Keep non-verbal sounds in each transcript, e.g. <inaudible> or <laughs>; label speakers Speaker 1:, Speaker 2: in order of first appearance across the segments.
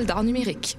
Speaker 1: d'art numérique.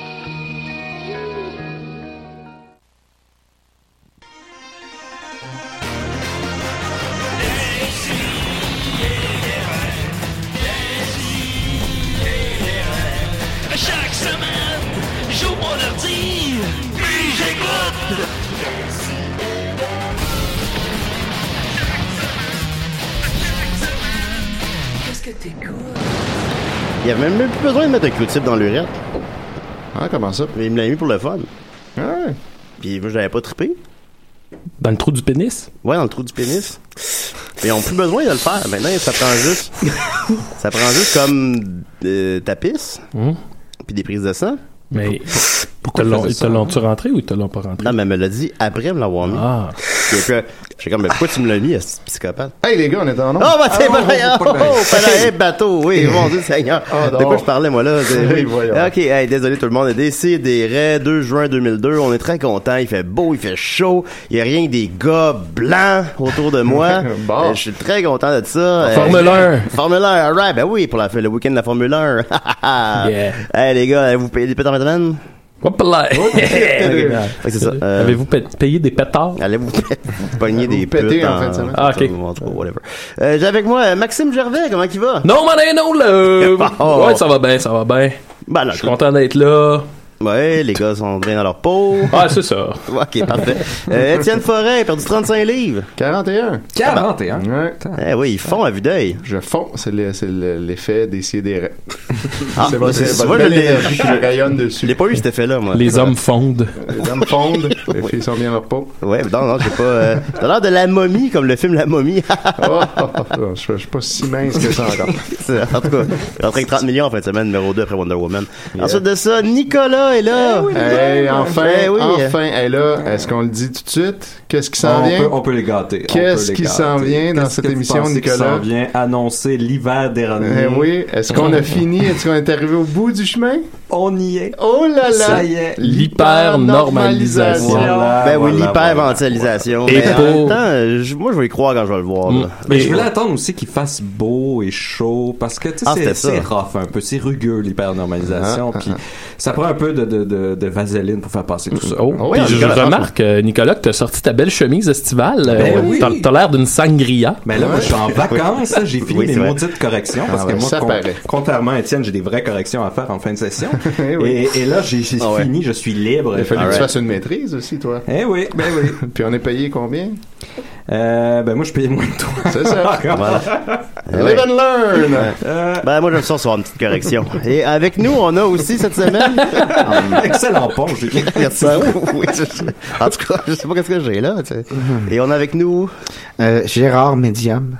Speaker 2: Chaque semaine, j'ouvre mon ordi, puis j'écoute. Qu'est-ce que t'écoutes?
Speaker 3: Il n'y avait même plus besoin de mettre un Q-tip dans l'urette. Ah, comment ça? Il me l'a mis pour le fun. Ah. Puis moi, je l'avais pas trippé.
Speaker 4: Dans le trou du pénis?
Speaker 3: Ouais, dans le trou du pénis. Mais ils ont plus besoin de le faire. Maintenant, ça prend <laughs> juste. ça prend juste comme euh, ta pisse, puis des prises de sang.
Speaker 4: Hein? Mais pourquoi ils te l'ont- ils te l'ont-tu rentré ou ils te l'ont pas rentré?
Speaker 3: Non, mais elle me l'a dit après me l'avoir mis.
Speaker 4: Ah.
Speaker 3: Puis après, J'ai comme, mais pourquoi tu me l'as mis, ce psychopathe?
Speaker 5: Hey les gars, on est en
Speaker 3: Oh,
Speaker 5: nombre.
Speaker 3: bah, t'es
Speaker 5: Ah,
Speaker 3: bon,
Speaker 5: oh, oh,
Speaker 3: oh,
Speaker 5: pas de
Speaker 3: oh,
Speaker 5: bail.
Speaker 3: fallait-
Speaker 5: Ok.
Speaker 3: hey, bateau,
Speaker 5: <laughs>
Speaker 3: oui, mon Dieu Seigneur.
Speaker 5: Ah,
Speaker 3: de
Speaker 5: non.
Speaker 3: quoi je parlais, moi,
Speaker 5: <laughs>
Speaker 3: là? C'est-
Speaker 5: Oui, voyons.
Speaker 3: Ok, hey, désolé tout le monde. Ici, des raies, 2 juin 2002, on est très content. Il fait beau, il fait chaud. Il y a rien que des gars blancs autour de moi.
Speaker 5: <laughs> Bon.
Speaker 3: Euh, Je suis très content de ça. Euh,
Speaker 4: Formule 1.
Speaker 3: <laughs> Formule 1, alright, ben oui, pour la, le week-end de la Formule <laughs> 1.
Speaker 4: Yeah.
Speaker 3: Hey, les gars, vous payez des pétards maintenant?
Speaker 4: Hop
Speaker 5: <laughs>
Speaker 4: là!
Speaker 3: Fait que c'est ça. Euh,
Speaker 4: Avez-vous pa- payé des pétards?
Speaker 3: Allez vous pe- <laughs> pogner des putes
Speaker 5: péter en fin de semaine.
Speaker 4: Ah, ok.
Speaker 3: en tout cas, whatever. Euh, J'ai avec moi euh, Maxime Gervais, comment il va?
Speaker 4: Non, mané, non, <laughs> là!
Speaker 3: Oh.
Speaker 4: Ouais, ça va bien, ça va bien.
Speaker 3: Ben, là,
Speaker 4: Je suis content d'être là.
Speaker 3: Ouais, les gars sont bien dans leur peau.
Speaker 4: Ah, c'est ça.
Speaker 3: <laughs> ok, parfait. Euh, Étienne Forêt a perdu 35 livres.
Speaker 5: 41.
Speaker 6: 41.
Speaker 5: Ah, Ouais.
Speaker 3: Eh oui, ils font à vue d'œil.
Speaker 5: Je fonds, c'est le- c'est le- l'effet des sidérés.
Speaker 3: <laughs> Ah,
Speaker 5: c'est
Speaker 3: bah,
Speaker 5: votre,
Speaker 3: c'est-
Speaker 5: votre
Speaker 3: moi, je
Speaker 5: belle
Speaker 3: l'ai-
Speaker 5: énergie qui rayonne
Speaker 3: Je l'ai
Speaker 5: dessus.
Speaker 3: pas eu cet effet-là, moi.
Speaker 4: Les hommes fondent.
Speaker 5: Les hommes
Speaker 3: <laughs>
Speaker 5: fondent, les filles sont bien à leur peau.
Speaker 3: Ouais, non, non, j'ai pas. Euh... T'as l'air de la momie, comme le film La momie. <laughs>
Speaker 5: Oh, oh, oh, je, je suis pas si mince que ça encore.
Speaker 3: C'est- en tout cas, il est rentré avec 30 millions en fin de semaine, numéro 2 après Wonder Woman. Ensuite de ça, Nicolas est là.
Speaker 5: Eh Hey, enfin,
Speaker 3: Eh oui.
Speaker 5: enfin, elle là, est-ce qu'on le dit tout de suite? Qu'est-ce qui s'en
Speaker 6: on,
Speaker 5: vient?
Speaker 6: peut, on peut les gâter. on
Speaker 5: Qu'est-ce
Speaker 6: peut les
Speaker 5: qui
Speaker 6: gâter.
Speaker 5: s'en vient dans
Speaker 6: Qu'est-ce
Speaker 5: cette
Speaker 6: que vous
Speaker 5: émission,
Speaker 6: pensez qui
Speaker 5: Nicolas?
Speaker 6: s'en vient annoncer l'hiver dernier. Mmh.
Speaker 5: Eh oui, est-ce qu'on a fini? Est-ce qu'on est arrivé au bout du chemin?
Speaker 6: On y est.
Speaker 5: Oh là là!
Speaker 6: Ça y est.
Speaker 4: L'hyper-normalisation.
Speaker 6: Voilà,
Speaker 3: Ben oui,
Speaker 6: voilà,
Speaker 3: l'hyperventilation.
Speaker 4: Et
Speaker 3: Mais en
Speaker 4: pour-
Speaker 3: même temps, euh, je- moi, je vais y croire quand je vais le voir. là.
Speaker 6: Mais je voulais attendre aussi qu'il fasse beau et chaud parce que tu sais,
Speaker 3: Ah, c'était
Speaker 6: c'est-
Speaker 3: ça.
Speaker 6: c'est rough un peu, c'est rugueux
Speaker 5: Ah,
Speaker 6: l'hypernormalisation, puis ça prend un peu de, de, de, de vaseline pour faire passer tout ça.
Speaker 4: Oh,
Speaker 3: oui,
Speaker 4: puis je
Speaker 3: Nicolas,
Speaker 4: remarque, euh, Nicolas, que t'as sorti ta belle chemise estivale.
Speaker 3: Ben
Speaker 4: Euh,
Speaker 6: oui.
Speaker 4: t'as- T'as l'air d'une sangria.
Speaker 6: Mais Ben là, moi, je suis
Speaker 3: <laughs>
Speaker 6: en vacances, là, j'ai fini
Speaker 3: Ah Oui, c'est
Speaker 6: mes
Speaker 3: vrai.
Speaker 6: maudites corrections parce
Speaker 5: Ah
Speaker 6: que
Speaker 5: ouais,
Speaker 6: moi,
Speaker 5: ça
Speaker 6: con-
Speaker 5: paraît.
Speaker 6: contrairement à Étienne, j'ai des vraies corrections à faire en fin de session.
Speaker 5: <laughs> Eh oui.
Speaker 6: et, et là, j'ai j'ai
Speaker 3: Ah ouais.
Speaker 6: fini, je suis libre.
Speaker 5: Il a fallu que tu
Speaker 3: Alright.
Speaker 5: fasses une maîtrise aussi, toi. <laughs>
Speaker 6: Eh oui, ben oui.
Speaker 5: Puis on est payé combien?
Speaker 6: Euh, ben moi, je paye moins que toi.
Speaker 5: C'est
Speaker 6: <laughs>
Speaker 5: ça.
Speaker 3: Eh ouais.
Speaker 5: Live and learn!
Speaker 6: Euh,
Speaker 3: Ben, moi, j'aime ça recevoir une petite
Speaker 7: <laughs>
Speaker 3: correction. Et avec nous, on a aussi cette semaine.
Speaker 6: excellent pont, j'ai
Speaker 3: <laughs> Merci.
Speaker 5: Ben
Speaker 3: Oui, je- je- en tout cas, je sais pas qu'est-ce que j'ai là. tu sais. Et on a avec nous.
Speaker 7: Mm-hmm. Euh, Gérard Medium.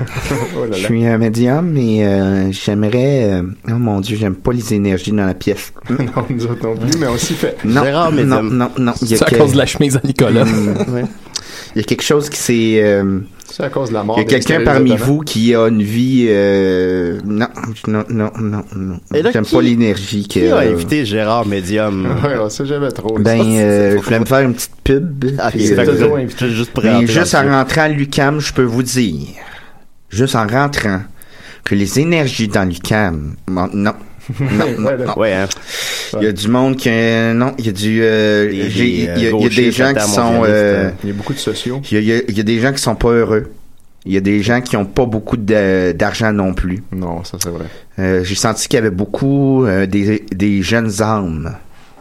Speaker 5: Oh là
Speaker 7: Je
Speaker 5: là.
Speaker 7: suis un médium et euh, j'aimerais. euh, oh mon dieu, j'aime pas les énergies dans la pièce.
Speaker 5: Non, nous autres non plus, mais on s'y fait.
Speaker 7: Non,
Speaker 3: Gérard
Speaker 7: non,
Speaker 3: Medium.
Speaker 7: non, non. Il y, a
Speaker 4: C'est à
Speaker 7: que- Hmm.
Speaker 4: cause de la chemise à Nicolas.
Speaker 7: il y a quelque chose qui s'est euh,
Speaker 5: C'est à cause de la mort.
Speaker 7: Il y a quelqu'un parmi
Speaker 3: hein.
Speaker 7: vous qui a une vie. euh, non, non, non, non, non.
Speaker 3: Et là,
Speaker 7: J'aime
Speaker 3: qui-
Speaker 7: pas l'énergie que.
Speaker 3: Qui a invité Gérard Médium?
Speaker 5: <laughs> Ouais, on sait jamais trop.
Speaker 7: Ben,
Speaker 3: <laughs>
Speaker 7: euh, je voulais me faire une petite pub.
Speaker 3: Ah, ok,
Speaker 7: Euh,
Speaker 3: fait que vous êtes juste prêt à
Speaker 7: mais
Speaker 3: rentrer
Speaker 7: juste
Speaker 3: là-dessus.
Speaker 7: en rentrant à l'UCAM, je peux vous dire, juste en rentrant, que les énergies dans l'UCAM, non,
Speaker 5: <laughs>
Speaker 7: non, non, non, non.
Speaker 3: Ouais, hein.
Speaker 7: Il y a du monde qui, non, il y a du, euh,
Speaker 3: Des-
Speaker 7: j'ai- il y
Speaker 3: des,
Speaker 7: a,
Speaker 3: euh,
Speaker 7: il y a
Speaker 3: gauchistes,
Speaker 7: des gens qui sont, euh,
Speaker 3: altermondialistes,
Speaker 5: Il y a beaucoup de sociaux.
Speaker 7: il y a, il y a- il y a des gens qui sont pas heureux. Il y a des gens qui ont pas beaucoup de- d'argent non plus.
Speaker 5: Non, ça c'est vrai.
Speaker 7: Euh, J'ai senti qu'il y avait beaucoup euh, des, des jeunes âmes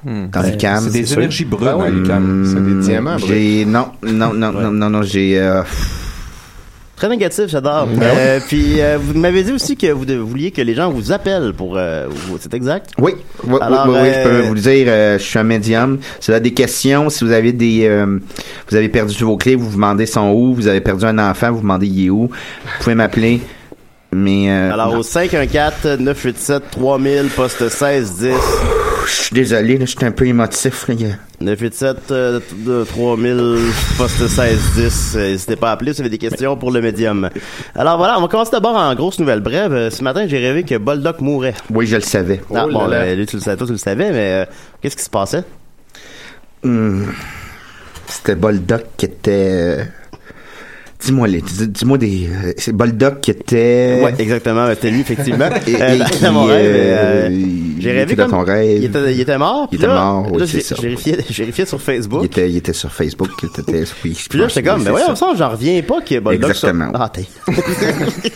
Speaker 7: dans l'UCAM.
Speaker 6: C'est des énergies brunes
Speaker 5: Hmm.
Speaker 6: hein,
Speaker 5: Ah ouais,
Speaker 6: à l'UQAM.
Speaker 5: c'est des
Speaker 7: Hmm,
Speaker 5: diamants, bref.
Speaker 7: J'ai non, non, non, non, non, non, j'ai. euh,
Speaker 3: Très négatif, j'adore.
Speaker 7: Ben
Speaker 3: Euh, puis euh, vous m'avez dit aussi que vous de- vouliez que les gens vous appellent pour. euh, vous- c'est exact.
Speaker 7: Oui, oui,
Speaker 3: Alors,
Speaker 7: oui, oui, oui, je
Speaker 3: euh,
Speaker 7: peux vous le dire, euh, je suis un médium. Si vous avez des questions, si vous avez des, euh, vous avez perdu vos clés, vous vous demandez son où, vous avez perdu un enfant, vous vous demandez il est où, vous pouvez m'appeler. Mais euh,
Speaker 3: Alors
Speaker 7: non,
Speaker 3: au 514 987 3000 poste 1610
Speaker 7: je suis désolé, là, je suis un peu émotif. là, il y a-
Speaker 3: 987 euh, t- de 3000 poste 1610 Euh, n'hésitez pas à appeler si vous avez des questions pour le médium. Alors voilà, on va commencer d'abord en grosse nouvelle brève. Euh, Ce matin, j'ai rêvé que Boldoc mourait.
Speaker 7: Oui, je le savais.
Speaker 3: Non,
Speaker 5: Oh là
Speaker 3: bon,
Speaker 5: là.
Speaker 3: ben, lui, tu le savais, toi, tu le savais, mais euh, qu'est-ce qui se passait
Speaker 7: Hmm. C'était Boldoc qui était. euh, Dis-moi les, dis- dis-moi des. euh, C'est Boldoc qui était.
Speaker 3: Ouais, exactement, c'était lui effectivement.
Speaker 7: Euh, <laughs> Et- et
Speaker 3: Euh, dans-
Speaker 7: qui,
Speaker 3: dans mon rêve,
Speaker 7: euh,
Speaker 3: euh,
Speaker 7: il
Speaker 3: j'ai
Speaker 7: était
Speaker 3: rêvé
Speaker 7: dans
Speaker 3: comme
Speaker 7: ton rêve.
Speaker 3: Il était, il était mort.
Speaker 7: Il
Speaker 3: puis
Speaker 7: était
Speaker 3: là-
Speaker 7: mort, oui,
Speaker 3: là,
Speaker 7: c'est
Speaker 3: j'ai-
Speaker 7: ça.
Speaker 3: j'ai vérifié, <laughs> j'ai vérifié sur Facebook.
Speaker 7: Il était, il était sur Facebook, il était, oui, je
Speaker 3: Puis là,
Speaker 7: pense
Speaker 3: j'étais
Speaker 7: que
Speaker 3: comme,
Speaker 7: c'est
Speaker 3: ben voyons,
Speaker 7: ça.
Speaker 3: ça, j'en reviens pas que Boldoc
Speaker 7: Exactement.
Speaker 3: soit... Ah, t'es...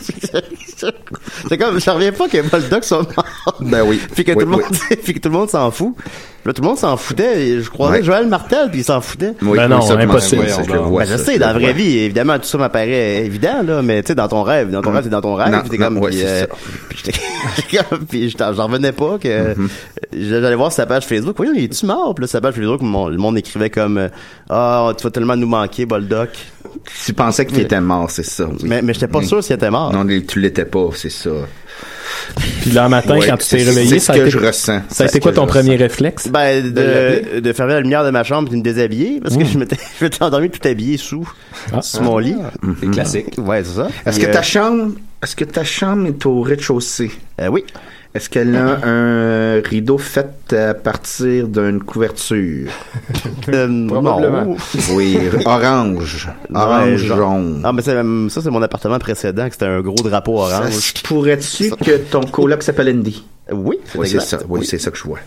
Speaker 3: j'étais comme, j'en reviens pas que Boldoc soit mort.
Speaker 7: Ben oui.
Speaker 3: Puis que,
Speaker 7: Oui,
Speaker 3: tout le monde,
Speaker 7: oui.
Speaker 3: <laughs> puis que tout le monde s'en fout. Puis Là, tout le monde s'en foutait. Et Je croisais
Speaker 7: Ouais.
Speaker 3: Joël Martel, puis il s'en foutait.
Speaker 7: Oui,
Speaker 4: Ben
Speaker 7: oui,
Speaker 4: non,
Speaker 7: ça, je m'en
Speaker 4: impossible.
Speaker 7: souviens, ça, je le
Speaker 6: Ben,
Speaker 7: vois,
Speaker 3: Ben, je
Speaker 7: ça,
Speaker 3: sais,
Speaker 7: le
Speaker 3: dans la
Speaker 7: vois.
Speaker 3: vraie vie, évidemment, tout ça m'apparaît évident, là, mais tu sais, dans ton rêve, dans ton rêve, c'est dans ton rêve,
Speaker 7: Mm. Non,
Speaker 3: puis t'es
Speaker 7: non,
Speaker 3: comme,
Speaker 7: ouais,
Speaker 3: puis,
Speaker 7: c'est
Speaker 3: euh,
Speaker 7: ça.
Speaker 3: puis j'étais <laughs> comme, puis j'étais- j'en revenais pas que euh,
Speaker 7: Mm-hmm.
Speaker 3: j'allais voir sa page Facebook, oui, il est-tu mort? Puis là, sa page Facebook, mon- le monde écrivait comme, euh, ah, tu vas tellement nous manquer, Boldoc.
Speaker 7: Tu pensais qu'il était mort, c'est ça. oui.
Speaker 3: Mais, mais j'étais pas
Speaker 7: Oui.
Speaker 3: sûr s'il était mort.
Speaker 7: Non, il- tu l'étais pas, c'est ça.
Speaker 4: Puis là, matin,
Speaker 7: Ouais,
Speaker 4: quand tu t'es
Speaker 7: c'est-
Speaker 4: réveillé,
Speaker 7: c'est
Speaker 4: ça
Speaker 7: ce
Speaker 4: a
Speaker 7: que
Speaker 4: été,
Speaker 7: je ressens.
Speaker 4: ça a
Speaker 7: C'est
Speaker 4: été
Speaker 7: ce
Speaker 4: quoi
Speaker 7: que
Speaker 4: ton
Speaker 7: je
Speaker 4: premier réflexe?
Speaker 3: Ben, de,
Speaker 5: l'appeler?
Speaker 3: de fermer la lumière de ma chambre puis de me déshabiller, parce que je m'étais, <laughs> je m'étais endormi tout habillé sous,
Speaker 4: Hmm. Ah.
Speaker 3: sur mon lit. Mhm.
Speaker 6: C'est classique.
Speaker 3: Ouais, c'est ça. euh,
Speaker 7: Est-ce
Speaker 3: Puis,
Speaker 7: que ta chambre, est-ce que ta chambre est au rez-de-chaussée?
Speaker 3: euh, euh, oui.
Speaker 7: Est-ce qu'elle a un rideau fait à partir d'une
Speaker 3: <laughs>
Speaker 7: couverture?
Speaker 3: Euh, non.
Speaker 5: Probablement.
Speaker 7: Oui, orange.
Speaker 3: Ouais,
Speaker 7: Orange,
Speaker 3: genre-
Speaker 7: jaune.
Speaker 3: Ah, mais c'est, euh, ça, c'est mon appartement précédent, que c'était un gros drapeau
Speaker 7: Ça
Speaker 3: orange.
Speaker 7: se pourrait-tu que ton coloc s'appelle Andy?
Speaker 3: Oui,
Speaker 7: Oui, c'est
Speaker 3: exact.
Speaker 7: ça. Oui, c'est ça que je vois.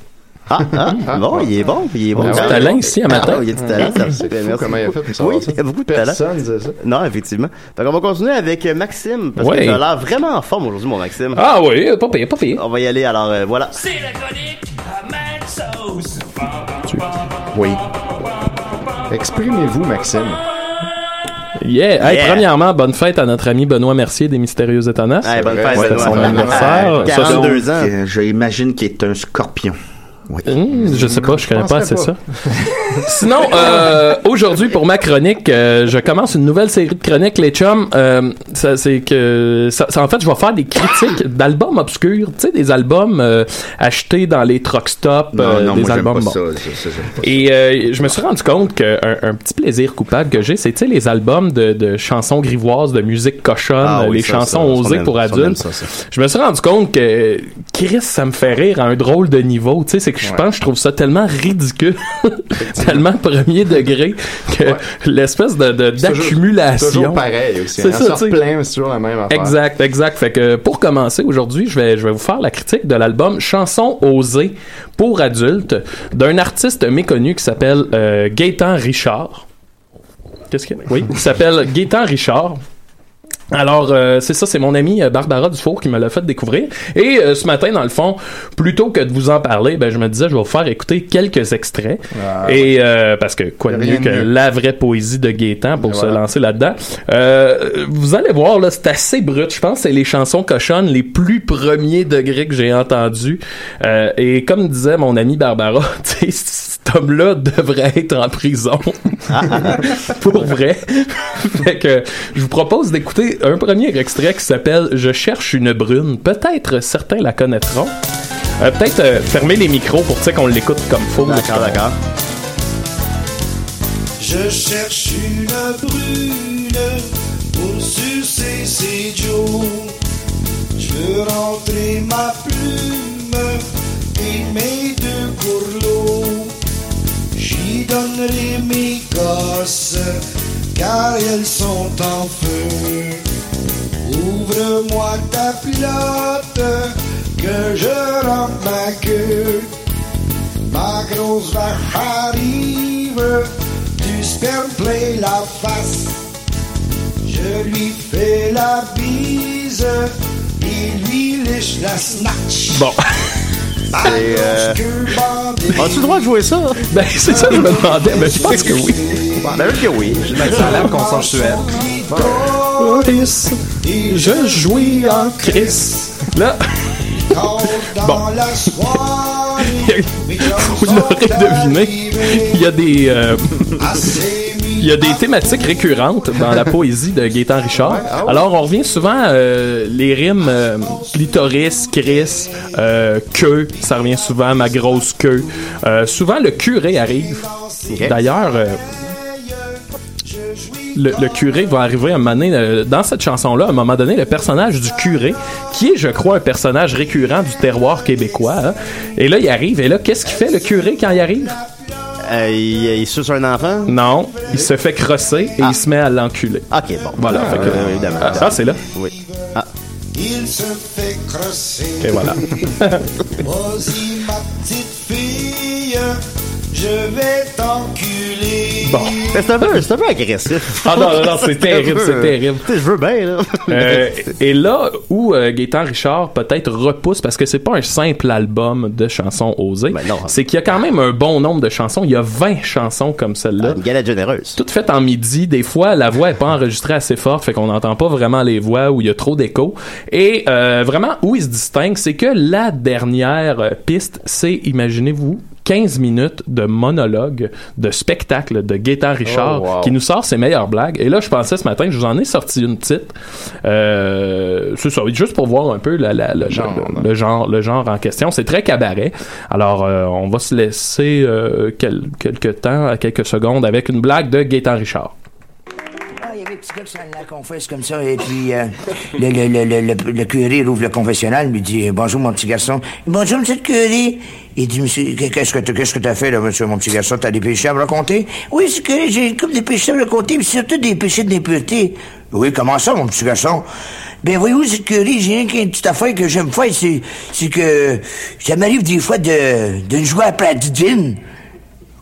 Speaker 3: Ah, ah, bon, il est bon, il est bon.
Speaker 4: Du
Speaker 3: Ah,
Speaker 4: talent ici, à
Speaker 3: ah,
Speaker 4: matin.
Speaker 3: il y a du talent, ça
Speaker 5: C'est fou
Speaker 3: merci
Speaker 5: comment il a
Speaker 3: beaucoup.
Speaker 5: fait pour savoir
Speaker 3: Oui,
Speaker 5: ça.
Speaker 3: il y a beaucoup de talent.
Speaker 5: Personne disait ça.
Speaker 3: Non, effectivement. Fait qu'on va continuer avec euh, Maxime, parce que
Speaker 4: Ouais.
Speaker 3: t'as l'air vraiment en forme aujourd'hui, mon Maxime.
Speaker 4: Ah oui, pas payé, pas payé.
Speaker 3: On va y aller, alors euh, voilà.
Speaker 2: C'est la chronique à Mad Sauce.
Speaker 5: Oui. Exprimez-vous, Maxime.
Speaker 4: Yeah. Hey,
Speaker 3: Yeah.
Speaker 4: premièrement, bonne fête à notre ami Benoît Mercier des Mystérieux Étonnants.
Speaker 3: Hey, bonne
Speaker 5: vrai,
Speaker 3: fête,
Speaker 5: ouais,
Speaker 3: Benoît.
Speaker 4: c'est son anniversaire. Ça,
Speaker 3: 42
Speaker 7: Donc,
Speaker 3: ans.
Speaker 7: euh, je imagine qu'il est un scorpion. Oui.
Speaker 4: Hum, je sais pas, je connais
Speaker 5: Je
Speaker 4: pas assez ça. Sinon, euh, aujourd'hui pour ma chronique, euh, je commence une nouvelle série de chroniques, les chums. Euh, ça, c'est que, ça, ça, en fait, je vais faire des critiques d'albums obscurs, tu sais, des albums euh, achetés dans les truck stops,
Speaker 7: Non,
Speaker 4: euh,
Speaker 7: non,
Speaker 4: des
Speaker 7: moi, j'aime
Speaker 4: albums
Speaker 7: pas
Speaker 4: bons.
Speaker 7: ça. ça, ça, j'aime pas ça.
Speaker 4: Et euh, je me suis rendu compte qu'un un petit plaisir coupable que j'ai, c'est tu sais, les albums de, de chansons grivoises, de musique cochonne,
Speaker 3: Ah oui,
Speaker 4: les
Speaker 3: ça, ça,
Speaker 4: chansons
Speaker 3: ça, on
Speaker 4: osées
Speaker 3: aime-
Speaker 4: pour
Speaker 3: ça, on aime
Speaker 4: adultes.
Speaker 3: ça, ça.
Speaker 4: Je me suis rendu compte que Chris, ça me fait rire à un drôle de niveau. Tu sais, c'est que je pense, je trouve ça tellement ridicule, <laughs> tellement premier degré que l'espèce de, de-
Speaker 5: C'est toujours-
Speaker 4: d'accumulation.
Speaker 5: Toujours pareil aussi.
Speaker 4: C'est
Speaker 5: hein.
Speaker 4: ça,
Speaker 5: On
Speaker 4: tu sais.
Speaker 5: se plaint, c'est toujours la même affaire.
Speaker 4: Exact, exact. Fait que pour commencer aujourd'hui, je vais, je vais vous faire la critique de l'album Chansons osées pour adultes d'un artiste méconnu qui s'appelle euh, Gaétan Richard. Qu'est-ce qu'il y a? Oui, il s'appelle Gaétan Richard. Alors, euh, c'est ça, c'est mon amie euh, Barbara Dufour qui me l'a fait découvrir. Et euh, ce matin, dans le fond, plutôt que de vous en parler, ben, je me disais, je vais vous faire écouter quelques extraits. et euh, parce que quoi de
Speaker 5: Ah, Rien
Speaker 4: mieux
Speaker 5: de
Speaker 4: que
Speaker 5: mieux.
Speaker 4: la vraie poésie de Gaétan pour
Speaker 5: Et
Speaker 4: se
Speaker 5: voilà.
Speaker 4: lancer là-dedans. Euh, vous allez voir, là, c'est assez brut. Je pense que c'est les chansons cochonnes les plus premiers degrés que j'ai entendues. Euh, et comme disait mon amie Barbara, <laughs> tu sais, cet homme-là devrait être
Speaker 5: <laughs>
Speaker 4: en prison. pour vrai. <laughs> fait que je vous propose d'écouter un premier extrait qui s'appelle Je cherche une brune. Peut-être certains la connaîtront. Euh, Peut-être euh, fermer les micros pour tu sais, qu'on l'écoute comme faux. là,
Speaker 3: D'accord,
Speaker 4: qu'on-
Speaker 3: d'accord.
Speaker 2: Je cherche une brune
Speaker 8: pour sucer ses joues. Je veux rentrer ma plume et mes deux courlots. J'y donnerai mes gosses car elles sont en feu. Ouvre-moi ta pilote que je rentre ma queue. Ma grosse vache arrive, du sperme plein la face. Je lui fais la bise et lui lèche la snatch.
Speaker 4: Bon.
Speaker 8: Ma
Speaker 3: C'est, euh,
Speaker 8: grosse queue bandée.
Speaker 3: As-tu le droit de jouer ça?
Speaker 4: Ben, c'est ça que je me demandais, mais je pense que oui.
Speaker 3: Ben, que oui.
Speaker 6: Ça a l'air consensuel.
Speaker 4: Je jouis en Chris. Ben, Là. Bon.
Speaker 8: La soirée,
Speaker 4: Vous l'aurez deviné, il y a des. euh, Il y a des thématiques récurrentes dans la poésie de Gaétan Richard. Alors, on revient souvent euh, les rimes euh, clitoris, Chris, euh, queue. Ça revient souvent, ma grosse queue. Euh, souvent, le curé arrive. D'ailleurs, euh, le, le curé va arriver à un moment donné, euh, dans cette chanson-là, à un moment donné, le personnage du curé, qui est, je crois, un personnage récurrent du terroir québécois. hein. Et là, il arrive. Et là, qu'est-ce qu'il fait, le curé, quand il arrive?
Speaker 3: Euh, il, il suce un enfant? Ah.
Speaker 4: Non, il se fait crosser et il se met à l'enculer.
Speaker 3: Ok, bon.
Speaker 4: Voilà, fait que-
Speaker 3: Euh, évidemment.
Speaker 4: Ah, ça, c'est là.
Speaker 3: Oui. Ah.
Speaker 8: il se fait crosser.
Speaker 4: Et voilà.
Speaker 8: Vas-y, ma petite fille, je vais t'enculer.
Speaker 4: Bon.
Speaker 3: Mais Ben, C'est un peu, c'est un peu agressif.
Speaker 4: Ah non,
Speaker 3: <laughs>
Speaker 4: non, non, c'est
Speaker 3: un
Speaker 4: terrible,
Speaker 3: peu- euh,
Speaker 4: c'est terrible.
Speaker 3: Tu sais, je veux bien, là.
Speaker 4: Euh, et là où euh, Gaétan Richard peut-être repousse, parce que c'est pas un simple album de chansons osées,
Speaker 3: Ben
Speaker 4: c'est qu'il y a quand même un bon nombre de chansons. Il y a 20 chansons comme celle-là.
Speaker 3: Ah, une galette généreuse.
Speaker 4: Toutes faites en midi. Des fois, la voix est pas enregistrée assez forte, fait qu'on n'entend pas vraiment les voix où il y a trop d'écho. Et euh, vraiment, où il se distingue, c'est que la dernière euh, piste, c'est, imaginez-vous, 15 minutes de monologue, de spectacle de Gaétan Richard,
Speaker 6: Oh, wow.
Speaker 4: qui nous sort ses meilleures blagues. Et là, je pensais ce matin, je vous en ai sorti une petite. Euh, c'est ça, juste pour voir un peu la- la- le, genre, le, genre, le genre en question. C'est très cabaret. Alors, euh, on va se laisser euh, quel- quelques temps, quelques secondes, avec une blague de Gaétan Richard.
Speaker 9: Ah, il y avait le petit gars qui s'en allait à la confesse comme ça, et puis euh, le, le, le, le, le- le curé rouvre le confessionnal, lui dit euh, Bonjour, mon petit garçon. Bonjour, monsieur le curé. Il dit Monsieur, que- qu'est-ce que tu qu'est-ce que t'as fait, là, monsieur, mon petit garçon T'as des péchés à me raconter Oui, monsieur le curé, j'ai comme des péchés à me raconter, mais surtout des péchés d'impureté. Oui, comment ça, mon petit garçon Ben, voyez-vous, monsieur le curé, j'ai rien qu'une petite affaire que j'aime faire, c'est c'est que ça m'arrive des fois de, de jouer après la didine.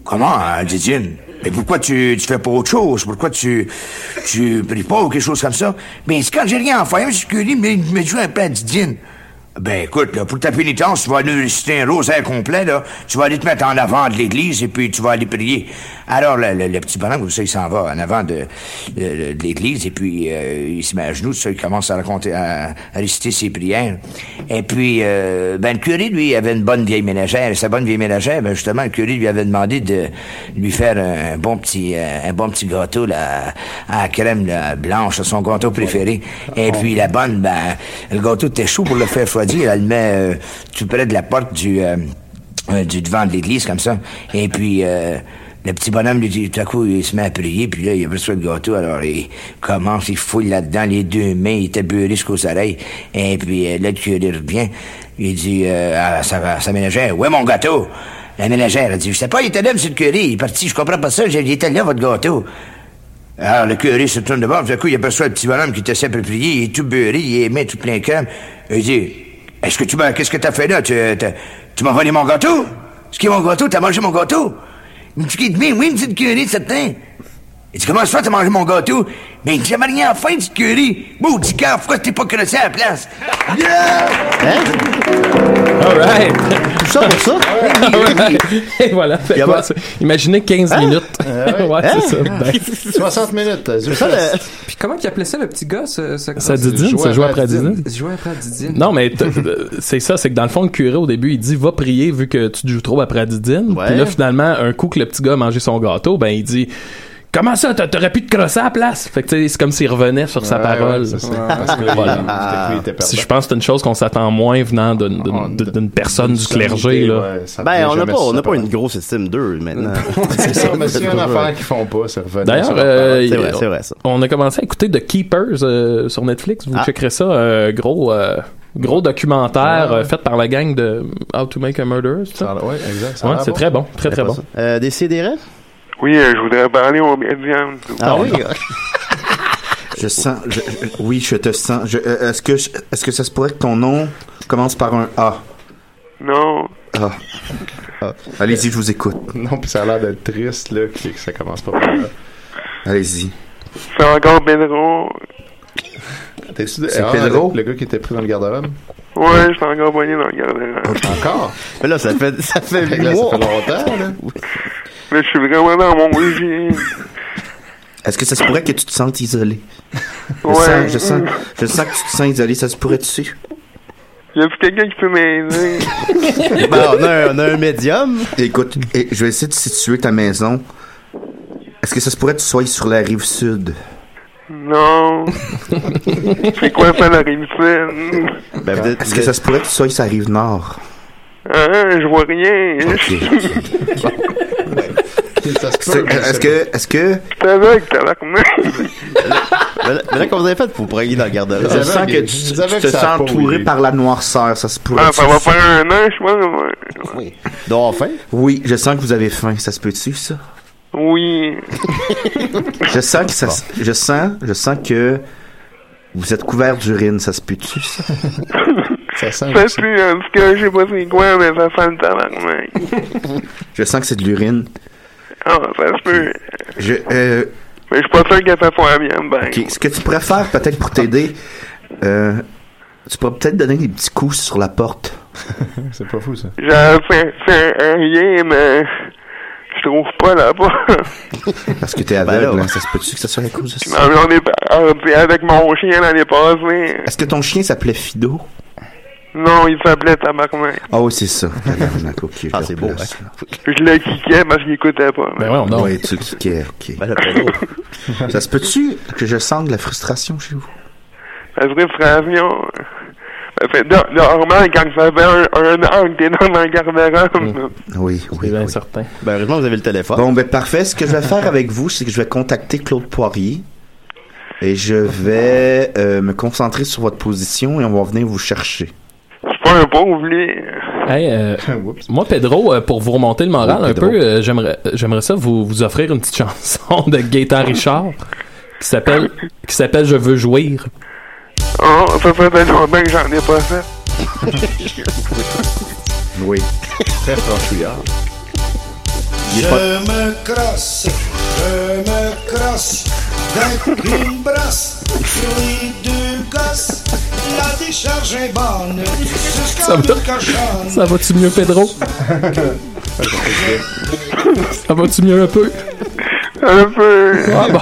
Speaker 9: Comment, hein, Didine? Mais pourquoi tu, tu fais pas autre chose? Pourquoi tu, tu pries pas ou quelque chose comme ça? Ben, c'est quand j'ai rien à faire, je suis curieux, mais je me joue un peu à Didine. Ben, écoute, là, pour ta pénitence, tu vas aller réciter un rosaire complet, là. Tu vas aller te mettre en avant de l'église et puis tu vas aller prier. Alors, le, le- le petit bonhomme, vous savez, il s'en va en avant de, de- de l'église et puis euh, il se met à genoux, tu sais, il commence à raconter, à, à réciter ses prières. Et puis, euh, ben, le curé, lui, avait une bonne vieille ménagère. Et sa bonne vieille ménagère, ben, justement, le curé lui avait demandé de lui faire un, un bon petit, euh, un bon petit gâteau, là, à la crème, là, blanche, son gâteau préféré. Et puis, la bonne, ben, le gâteau était chaud pour le faire refroidir. Elle le met euh, tout près de la porte du, euh, euh, du devant de l'église, comme ça. Et puis, euh, le petit bonhomme, lui, dit, tout à coup, il se met à prier, puis là, il a besoin de gâteau, alors il commence, il fouille là-dedans, les deux mains, il était beurré jusqu'aux oreilles. Et puis, euh, là, le curé revient, il dit euh, à sa, à sa ménagère, « Où est mon gâteau? » La ménagère, elle dit, « Je sais pas, il était là, monsieur le curé, il est parti, je comprends pas ça, j'ai- il était là, votre gâteau. » Alors, le curé se tourne de bord, tout à coup, il aperçoit le petit bonhomme qui était simple prier, il est tout beurré, il est mains tout plein crème. Il dit, est-ce que tu m'as, qu'est-ce que t'as fait là? Tu, t'as- tu m'as volé mon gâteau? Ce qui est mon gâteau, t'as mangé mon gâteau? Il me dit, Quitte, mais oui, me dit le curé, certain. Il dit, comment ça, t'as mangé mon gâteau? Mais il dit, j'avais rien à faire, petit curé. Maudit cœur, pourquoi t'es pas creusé à la place? Yeah!
Speaker 4: Alright!
Speaker 3: Tout ça
Speaker 4: <laughs>
Speaker 3: pour ça?
Speaker 4: Et voilà. Fait
Speaker 3: Y a
Speaker 4: quoi,
Speaker 3: pas-
Speaker 4: ça? Imaginez 15 minutes.
Speaker 7: Ah
Speaker 5: Euh,
Speaker 4: <laughs> ouais,
Speaker 5: Hein?
Speaker 4: c'est ça.
Speaker 6: Ah.
Speaker 4: Ben,
Speaker 7: <laughs>
Speaker 5: 60 minutes. euh, Zoufest.
Speaker 6: Puis comment qu'il appelait ça le petit gars, ce, ce
Speaker 4: Ça didine, ça joue après la didine.
Speaker 6: Il jouait après la didine.
Speaker 4: Non, mais t- euh, c'est ça, c'est que dans le fond, le curé, au début, il dit va prier vu que tu te joues trop après la didine. Puis là, finalement, un coup que le petit gars a mangé son gâteau, ben il dit Comment ça, t'a- t'aurais pu te crosser à la place? Fait que, tu sais, c'est comme s'il revenait sur sa
Speaker 10: Ouais,
Speaker 4: parole.
Speaker 10: ouais, c'est ça. Parce que
Speaker 4: Voilà.
Speaker 10: lui, il était Ah, perdant.
Speaker 4: Si je pense que c'est une chose qu'on s'attend moins venant d'une- d'une d'une- d'une personne du clergé, là.
Speaker 3: ben, on n'a pas, on n'a pas une grosse estime d'eux maintenant.
Speaker 10: <laughs> C'est ça, mais s'il y a une
Speaker 3: Ouais.
Speaker 10: affaire qu'ils font pas, c'est revenir.
Speaker 4: D'ailleurs,
Speaker 10: sur leur
Speaker 4: euh,
Speaker 10: parole.
Speaker 4: il- on a commencé à écouter The Keepers euh, sur Netflix. Vous
Speaker 10: Ah.
Speaker 4: checkerez ça. euh, gros, euh, gros documentaire euh, fait par la gang de How to Make a Murderer. c'est Ça?
Speaker 10: Ouais, exact. Ah. ça a
Speaker 4: Ouais,
Speaker 10: l'air
Speaker 4: c'est
Speaker 10: bon.
Speaker 4: très bon. Très, très bon.
Speaker 3: Euh, des CDR?
Speaker 11: Oui, euh, je voudrais parler au médium.
Speaker 7: Ah oui. <laughs> Je sens. je- je- oui, je te sens. Je- euh, est-ce que je- est-ce que ça se pourrait que ton nom commence par un A
Speaker 11: Non.
Speaker 7: Ah. Allez-y, je vous écoute.
Speaker 10: <laughs> Non, puis ça a l'air d'être triste, là, que que ça commence pas par là.
Speaker 7: Allez-y.
Speaker 11: C'est encore Pedro.
Speaker 10: T'es-tu de-
Speaker 7: C'est
Speaker 10: ah,
Speaker 7: Pedro?
Speaker 10: Le, le gars qui était pris dans le garde-robe?
Speaker 11: Ouais, je suis encore poigné dans le garde
Speaker 10: Ah, Encore?
Speaker 3: Mais là, ça fait, ça fait
Speaker 10: Fait que là,
Speaker 3: mois.
Speaker 10: ça fait longtemps,
Speaker 11: <laughs>
Speaker 10: là.
Speaker 11: Mais je suis vraiment dans mon régime.
Speaker 7: Est-ce que ça se pourrait que tu te sentes isolé je,
Speaker 11: Ouais.
Speaker 7: sens, je, sens, je sens que tu te sens isolé. Ça se pourrait-tu
Speaker 11: Y a-tu quelqu'un qui peut m'aider?
Speaker 7: <laughs> Ben, on, a un, médium. Écoute, et- je vais essayer de situer ta maison. Est-ce que ça se pourrait que tu sois sur la rive sud?
Speaker 11: Non. C'est quoi ça, la rive saine?
Speaker 7: Est-ce que ça se pourrait que tu sois sur la rive nord?
Speaker 11: Hein, je vois rien. <laughs>
Speaker 7: C'est-
Speaker 3: E.
Speaker 7: Est-ce que, est-ce que,
Speaker 11: T'es aveugle, t'as l'air comme
Speaker 3: Mais là- mais là, qu'on vous avez fait pour braguer dans le garde-robe?
Speaker 7: je sens que tu, tu te sens entouré par la noirceur, ça se pourrait.
Speaker 11: Ah, ça va faire un an, je pense. ouais.
Speaker 7: Donc, faim? Oui, je sens que vous avez faim. Ça se peut-tu, ça?
Speaker 11: Oui.
Speaker 7: <laughs> Je sens que ça, se- je sens, je sens que vous êtes couvert d'urine. Ça se peut-tu, <laughs> ça?
Speaker 10: ça
Speaker 11: Ça pue, en tout cas, je sais pas c'est quoi, mais ça sent le tabarnak.
Speaker 7: Je sens que c'est de l'urine.
Speaker 11: Ah, ça se peut.
Speaker 7: Je, euh,
Speaker 11: Mais je suis pas sûr qu'elle fait pas bien, ben.
Speaker 7: Ok, ce que tu pourrais faire peut-être pour t'aider, euh, tu pourrais peut-être donner des petits coups sur la porte.
Speaker 10: C'est pas fou, ça.
Speaker 11: J'en fais, fais un rien, mais je trouve pas là-bas.
Speaker 7: <laughs> Parce que t'es aveugle, hein, ça se peut-tu que ça soit la cause de ça?
Speaker 11: Ben Non, mais on est parti avec mon chien l'année passée.
Speaker 7: Est-ce que ton chien s'appelait Fido?
Speaker 11: Non, il s'appelait Tabarnak.
Speaker 7: Ah oui, c'est ça. Tabarnak, ok, ah, c'est beau,
Speaker 11: Je le kickais parce qu'il écoutait pas. mais-
Speaker 7: Oui, tu le kickais, ok. <laughs> ça se peut-tu que je sente de la frustration chez vous?
Speaker 11: La frustration. Ça fait no- normal quand ça fait un, un an que t'es dans un garde-robe.
Speaker 7: Oui, oui.
Speaker 4: C'est incertain.
Speaker 7: Ben, heureusement, vous avez le téléphone. Bon, ben, parfait. Ce que je vais faire avec vous, c'est que je vais contacter Claude Poirier. Et je vais euh, me concentrer sur votre position et on va venir vous chercher.
Speaker 11: C'est pas un pauvre, lui.
Speaker 4: Hey,
Speaker 10: <laughs>
Speaker 4: euh, moi, Pedro, euh, pour vous remonter le
Speaker 10: Oh,
Speaker 4: moral
Speaker 7: Oui,
Speaker 4: un
Speaker 7: Pedro.
Speaker 4: peu, euh, j'aimerais, euh, j'aimerais ça vous, vous offrir une petite <laughs> chanson de Gaëtan Richard qui s'appelle, qui s'appelle Je veux jouir.
Speaker 11: Oh, ça fait longtemps que j'en ai pas fait.
Speaker 7: Oui.
Speaker 10: Très franchouillard.
Speaker 8: Je me crosse, je me crosse avec une brasse sur les deux gosses. La décharge est bonne jusqu'à
Speaker 4: Ça va-
Speaker 8: une cochonne.
Speaker 4: Ça va-tu mieux,
Speaker 10: <laughs>
Speaker 4: Pedro? <coughs> ça va-tu mieux un peu?
Speaker 11: Un peu.
Speaker 4: Ah bon.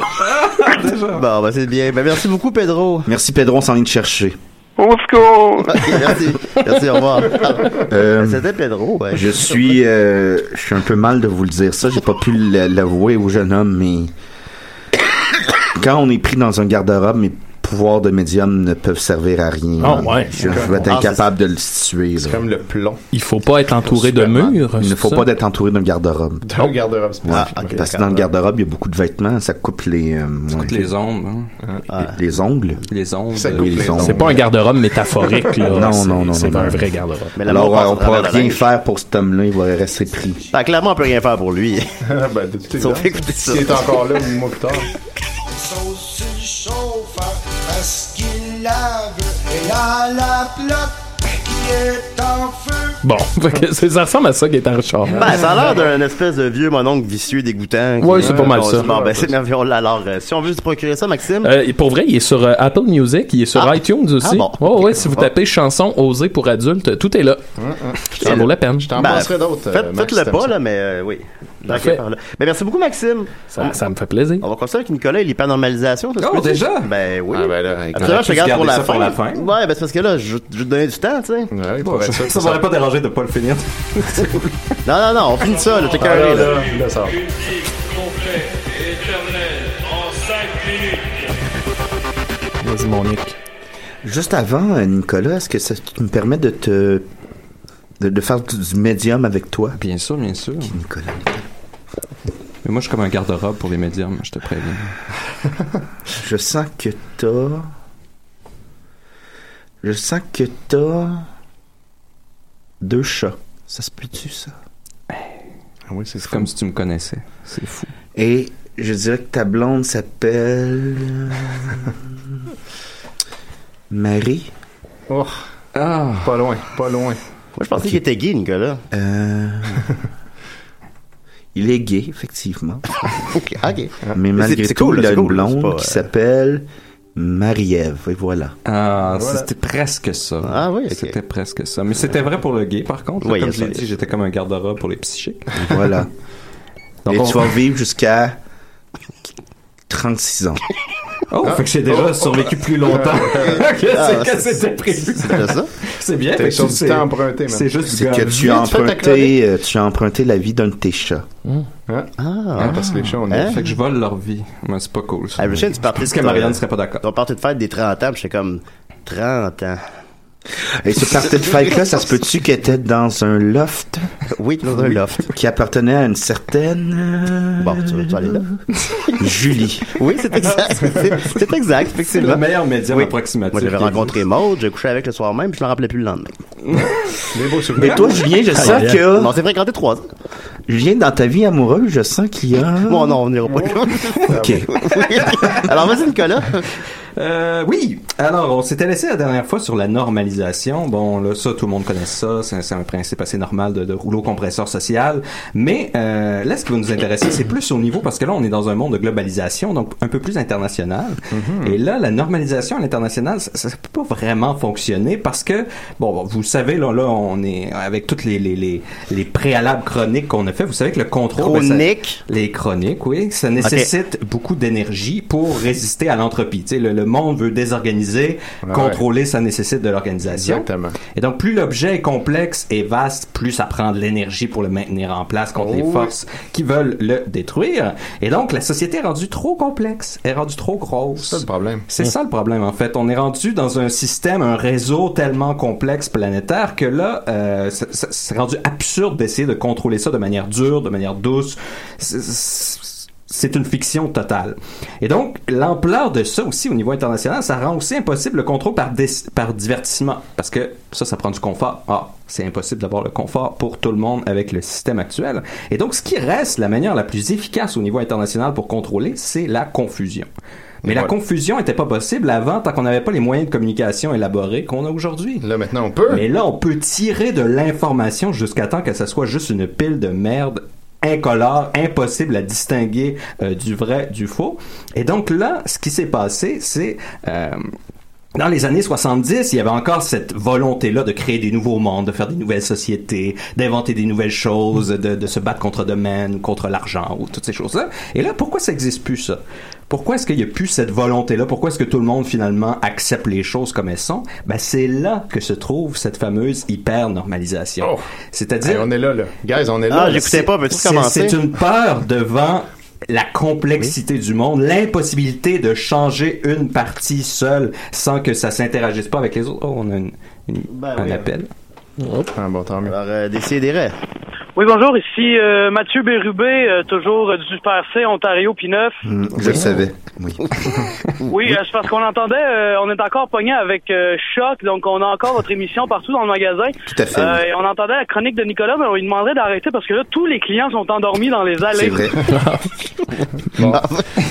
Speaker 7: Bon, ben, c'est bien. merci beaucoup, Pedro. Merci, Pedro. On s'en vient te chercher.
Speaker 11: Au secours!
Speaker 3: merci, merci, au revoir.
Speaker 7: Euh,
Speaker 3: C'était Pedro, ouais.
Speaker 7: Je suis, euh, je suis un peu mal de vous le dire ça. J'ai pas pu l'a- l'avouer au jeune homme, mais quand on est pris dans un garde-robe, mes pouvoirs de médium ne peuvent servir à rien.
Speaker 4: Ah ouais.
Speaker 7: Je, je vais être
Speaker 4: Ah,
Speaker 7: incapable de le situer. C'est
Speaker 10: comme le plomb.
Speaker 4: Il faut pas être entouré de murs.
Speaker 7: Il ne
Speaker 4: c'est
Speaker 7: faut
Speaker 4: ça?
Speaker 7: pas être entouré d'un garde-robe.
Speaker 10: Dans le garde-robe, c'est
Speaker 7: Ah, parce que dans le garde-robe, il y a beaucoup de vêtements, ça coupe les... euh,
Speaker 6: les ongles. hein.
Speaker 7: les, les ongles.
Speaker 6: Les ongles.
Speaker 7: Ça coupe Oui, les les ongles. ongles.
Speaker 4: C'est pas un garde-robe
Speaker 7: <laughs>
Speaker 4: métaphorique, là.
Speaker 7: Non,
Speaker 4: C'est-
Speaker 7: non, non, non.
Speaker 4: C'est
Speaker 7: non.
Speaker 4: un vrai garde-robe.
Speaker 7: Alors,
Speaker 3: passe
Speaker 7: euh, on
Speaker 3: à
Speaker 7: ne
Speaker 3: travers
Speaker 7: pourra
Speaker 3: la
Speaker 7: rien
Speaker 3: linge.
Speaker 7: faire pour cet homme-là, il va rester pris.
Speaker 3: Ben, clairement, on peut rien faire pour lui.
Speaker 10: <laughs> ben,
Speaker 3: <laughs>
Speaker 10: de toute évidence.
Speaker 3: écouter ça.
Speaker 10: S'il est encore là, huit mois plus tard.
Speaker 8: sauce chauffe parce qu'il lave et a la flotte qui est en feu.
Speaker 4: Bon, <laughs> fait que c'est- ça ressemble à ça, Gaëtan Richard.
Speaker 3: Ben, ça a l'air d'un espèce de vieux mononcle vicieux, dégoûtant.
Speaker 4: Ouais, c'est pas mal ça.
Speaker 3: Bon, ben, c'est merveilleux. Alors, euh, si on veut se procurer ça, Maxime.
Speaker 4: Euh, et pour vrai, il est sur euh, Apple Music, il est sur iTunes aussi.
Speaker 3: Ah bon.
Speaker 4: Ouais, ouais, si vous tapez chanson osée pour adultes, tout est là.
Speaker 10: Hein, Ah,
Speaker 4: Ça vaut la peine.
Speaker 10: t'en
Speaker 3: Ben,
Speaker 10: passerai d'autres, euh,
Speaker 3: faites-
Speaker 10: Max, si
Speaker 3: Faites-le
Speaker 10: t'aimes
Speaker 3: pas,
Speaker 10: ça.
Speaker 3: là, mais euh, oui.
Speaker 4: Parfait.
Speaker 3: D'accord, par là. Ben, merci beaucoup, Maxime.
Speaker 4: Ça, ça me fait plaisir.
Speaker 3: On va commencer avec Nicolas et l'hypernormalisation. ça se
Speaker 6: Oh,
Speaker 3: peut-tu?
Speaker 6: déjà?
Speaker 3: Ben oui.
Speaker 10: Ah, ben là, écoute,
Speaker 3: Absolument, je te
Speaker 6: on a
Speaker 3: garde
Speaker 6: pu
Speaker 3: pour la,
Speaker 6: se garder ça pour la
Speaker 3: fin. Ouais, ben c'est parce que là, je, je vais te donner du temps, tu sais.
Speaker 10: Ouais,
Speaker 6: Bon, ça ne m'aurait pas dérangé de pas
Speaker 3: <laughs>
Speaker 6: le finir.
Speaker 3: Non, non, non, on finit ça, là, t'es
Speaker 10: Ah,
Speaker 3: carré,
Speaker 10: là,
Speaker 3: là.
Speaker 10: là, là, ça va.
Speaker 2: Éternel.
Speaker 4: Vas-y, mon Nick.
Speaker 7: Juste avant, euh, Nicolas, est-ce que ça tu me permet de te. de, de faire du, du médium avec toi?
Speaker 6: Bien sûr, bien sûr.
Speaker 7: Nicolas.
Speaker 6: Mais moi, je suis comme un garde-robe pour les médiums, je te préviens.
Speaker 7: <laughs> Je sens que t'as. Je sens que t'as. Deux chats. Ça se peut-tu, ça?
Speaker 3: Ah
Speaker 6: oui, c'est comme si tu me connaissais. C'est fou.
Speaker 7: Et je dirais que ta blonde s'appelle.
Speaker 3: <laughs>
Speaker 7: euh, Marie.
Speaker 10: Oh.
Speaker 6: Ah.
Speaker 10: Pas loin, pas loin.
Speaker 7: Moi, je pensais qu'il était gay,
Speaker 6: <laughs>
Speaker 7: Nicolas.
Speaker 3: <laughs>
Speaker 7: Euh... il est gay, effectivement. ok,
Speaker 3: Ah. Mais
Speaker 7: Mais malgré
Speaker 3: c'est- c'est
Speaker 7: tout,
Speaker 3: cool,
Speaker 7: il a
Speaker 3: c'est
Speaker 7: une
Speaker 3: cool,
Speaker 7: blonde
Speaker 3: c'est pas,
Speaker 7: qui
Speaker 3: euh,
Speaker 7: s'appelle Marie-Ève. Et voilà.
Speaker 6: Ah,
Speaker 7: Voilà.
Speaker 6: c'était presque ça.
Speaker 7: Ah oui, ok.
Speaker 6: C'était presque ça. Mais c'était vrai pour le gay, par contre. là,
Speaker 7: Oui,
Speaker 6: comme
Speaker 7: yes,
Speaker 6: je l'ai
Speaker 7: yes.
Speaker 6: dit, j'étais comme un garde-robe pour les psychiques.
Speaker 7: Voilà.
Speaker 6: <laughs> Donc,
Speaker 7: Et
Speaker 6: on-
Speaker 7: tu vas vivre jusqu'à
Speaker 3: <laughs>
Speaker 7: 36 ans.
Speaker 6: Oh, fait que j'ai déjà survécu plus longtemps <laughs> que c'est-
Speaker 7: Ah,
Speaker 6: que
Speaker 7: c'est-
Speaker 6: c'était prévu.
Speaker 7: c'était ça.
Speaker 6: <laughs> C'est bien.
Speaker 10: T'as
Speaker 6: fait que
Speaker 10: sur
Speaker 6: tu-
Speaker 10: du
Speaker 6: c'est-
Speaker 10: temps emprunté, man.
Speaker 6: C'est juste du
Speaker 7: C'est que
Speaker 6: gaz.
Speaker 7: tu as,
Speaker 10: Tu fais ta
Speaker 7: emprunté, euh, tu as emprunté la vie d'un de tes chats.
Speaker 3: Hmm.
Speaker 10: Ah.
Speaker 7: Ah.
Speaker 10: parce que les chats, on est.
Speaker 7: Hein?
Speaker 6: Fait que je vole leur vie. Mais c'est pas cool. ça.
Speaker 3: Ah, je sais, tu partais
Speaker 6: Parce
Speaker 3: de- euh,
Speaker 6: que Marianne serait pas d'accord.
Speaker 3: Ton parti de fête des 30 ans, puis j'étais comme 30
Speaker 6: <laughs>
Speaker 3: ans.
Speaker 7: Et ce party de fête-là, ça se peut-tu qu'elle était dans un loft?
Speaker 3: Oui, dans un loft.
Speaker 7: Qui appartenait à une certaine... euh,
Speaker 3: Bon, tu veux, tu vas aller là?
Speaker 7: Julie.
Speaker 3: Oui, c'est exact. <laughs> C'est- C'est exact, effectivement.
Speaker 6: C'est le meilleur médium
Speaker 3: Oui.
Speaker 6: approximatif
Speaker 3: Moi, j'avais
Speaker 6: qui
Speaker 3: rencontré Maude, j'ai couché avec le soir même, puis je me rappelais plus le
Speaker 6: <laughs>
Speaker 3: lendemain. Ah,
Speaker 10: Des beaux souvenirs.
Speaker 7: Mais toi, Julien, je sens que...
Speaker 3: On s'est fréquenté trois ans. <laughs>
Speaker 7: Julien, dans ta vie amoureuse, je sens qu'il y a...
Speaker 3: Bon, non, on n'ira pas là.
Speaker 7: OK.
Speaker 3: <laughs> Alors, vas-y, Nicolas.
Speaker 6: Euh, oui. Alors, on s'était laissé la dernière fois sur la normalisation. Bon, là, ça, tout le monde connaît ça. C'est c'est un principe assez normal de, de rouleau compresseur social. Mais euh, là, ce qui va nous intéresser, c'est plus au niveau, parce que là, on est dans un monde de globalisation, donc un peu plus international. Et là, la normalisation à l'international, ça, ça peut pas vraiment fonctionner parce que, bon, bon, vous savez, là, là, on est avec toutes les, les, les, les préalables chroniques qu'on a fait. Vous savez que le contrôle... ben, ça-
Speaker 3: Chroniques?
Speaker 6: les chroniques, oui. Ça nécessite beaucoup d'énergie pour résister à l'entropie. Tu sais, le, le monde veut désorganiser, contrôler, ça nécessite de l'organisation.
Speaker 10: Exactement.
Speaker 6: Et donc, plus l'objet est complexe et vaste, plus ça prend de l'énergie pour le maintenir en place contre les
Speaker 10: Oh oui.
Speaker 6: forces qui veulent le détruire. Et donc, la société est rendue trop complexe, est rendue trop grosse.
Speaker 10: C'est ça le problème.
Speaker 6: C'est ça le problème en fait. On est rendu dans un système, un réseau tellement complexe planétaire que là, euh, c'est- c'est c'est rendu absurde d'essayer de contrôler ça de manière dure, de manière douce. C'est- C'est c'est une fiction totale. Et donc, l'ampleur de ça aussi au niveau international, ça rend aussi impossible le contrôle par, dé- par divertissement. Parce que ça, ça prend du confort. Ah, c'est impossible d'avoir le confort pour tout le monde avec le système actuel. Et donc, ce qui reste, la manière la plus efficace au niveau international pour contrôler, c'est la confusion. Mais la confusion n'était pas possible avant tant qu'on n'avait pas les moyens de communication élaborés qu'on a aujourd'hui.
Speaker 10: Là, maintenant, on peut.
Speaker 6: Mais là, on peut tirer de l'information jusqu'à temps que ça soit juste une pile de merde incolore, impossible à distinguer euh, du vrai du faux. Et donc là, ce qui s'est passé, c'est... euh, dans les années 70, il y avait encore cette volonté-là de créer des nouveaux mondes, de faire des nouvelles sociétés, d'inventer des nouvelles choses, de, de se battre contre domaine, contre l'argent, ou toutes ces choses-là. Et là, pourquoi ça n'existe plus, ça? Pourquoi est-ce qu'il n'y a plus cette volonté-là? Pourquoi est-ce que tout le monde, finalement, accepte les choses comme elles sont? Ben, c'est là que se trouve cette fameuse hyper-normalisation.
Speaker 10: Oh. Hey,
Speaker 6: C'est-à-dire...
Speaker 10: on est là, là. Guys, on est là.
Speaker 3: Ah,
Speaker 10: là.
Speaker 3: j'écoutais pas, veux-tu
Speaker 6: C'est-
Speaker 3: commencer?
Speaker 6: C'est une peur devant la complexité du monde, l'impossibilité de changer une partie seule sans que ça s'interagisse pas avec les autres. Oh, on a une- une-
Speaker 3: Ben
Speaker 6: un
Speaker 3: oui.
Speaker 6: appel.
Speaker 10: Ah, bon, tant mieux.
Speaker 3: Alors, euh, décidérez.
Speaker 12: Oui, bonjour, ici euh, Mathieu Bérubé, euh, toujours euh, du Super C, Ontario P9.
Speaker 7: <laughs> Mm, je le savais.
Speaker 3: <laughs>
Speaker 12: Oui, euh, c'est parce qu'on entendait, euh, on est encore pogné avec euh, Choc, donc on a encore votre émission partout dans le magasin.
Speaker 7: Tout à fait,
Speaker 12: Euh,
Speaker 7: oui.
Speaker 12: et on entendait la chronique de Nicolas, mais on lui demanderait d'arrêter parce que là, tous les clients sont endormis dans les allées.
Speaker 7: C'est vrai.
Speaker 4: Ah.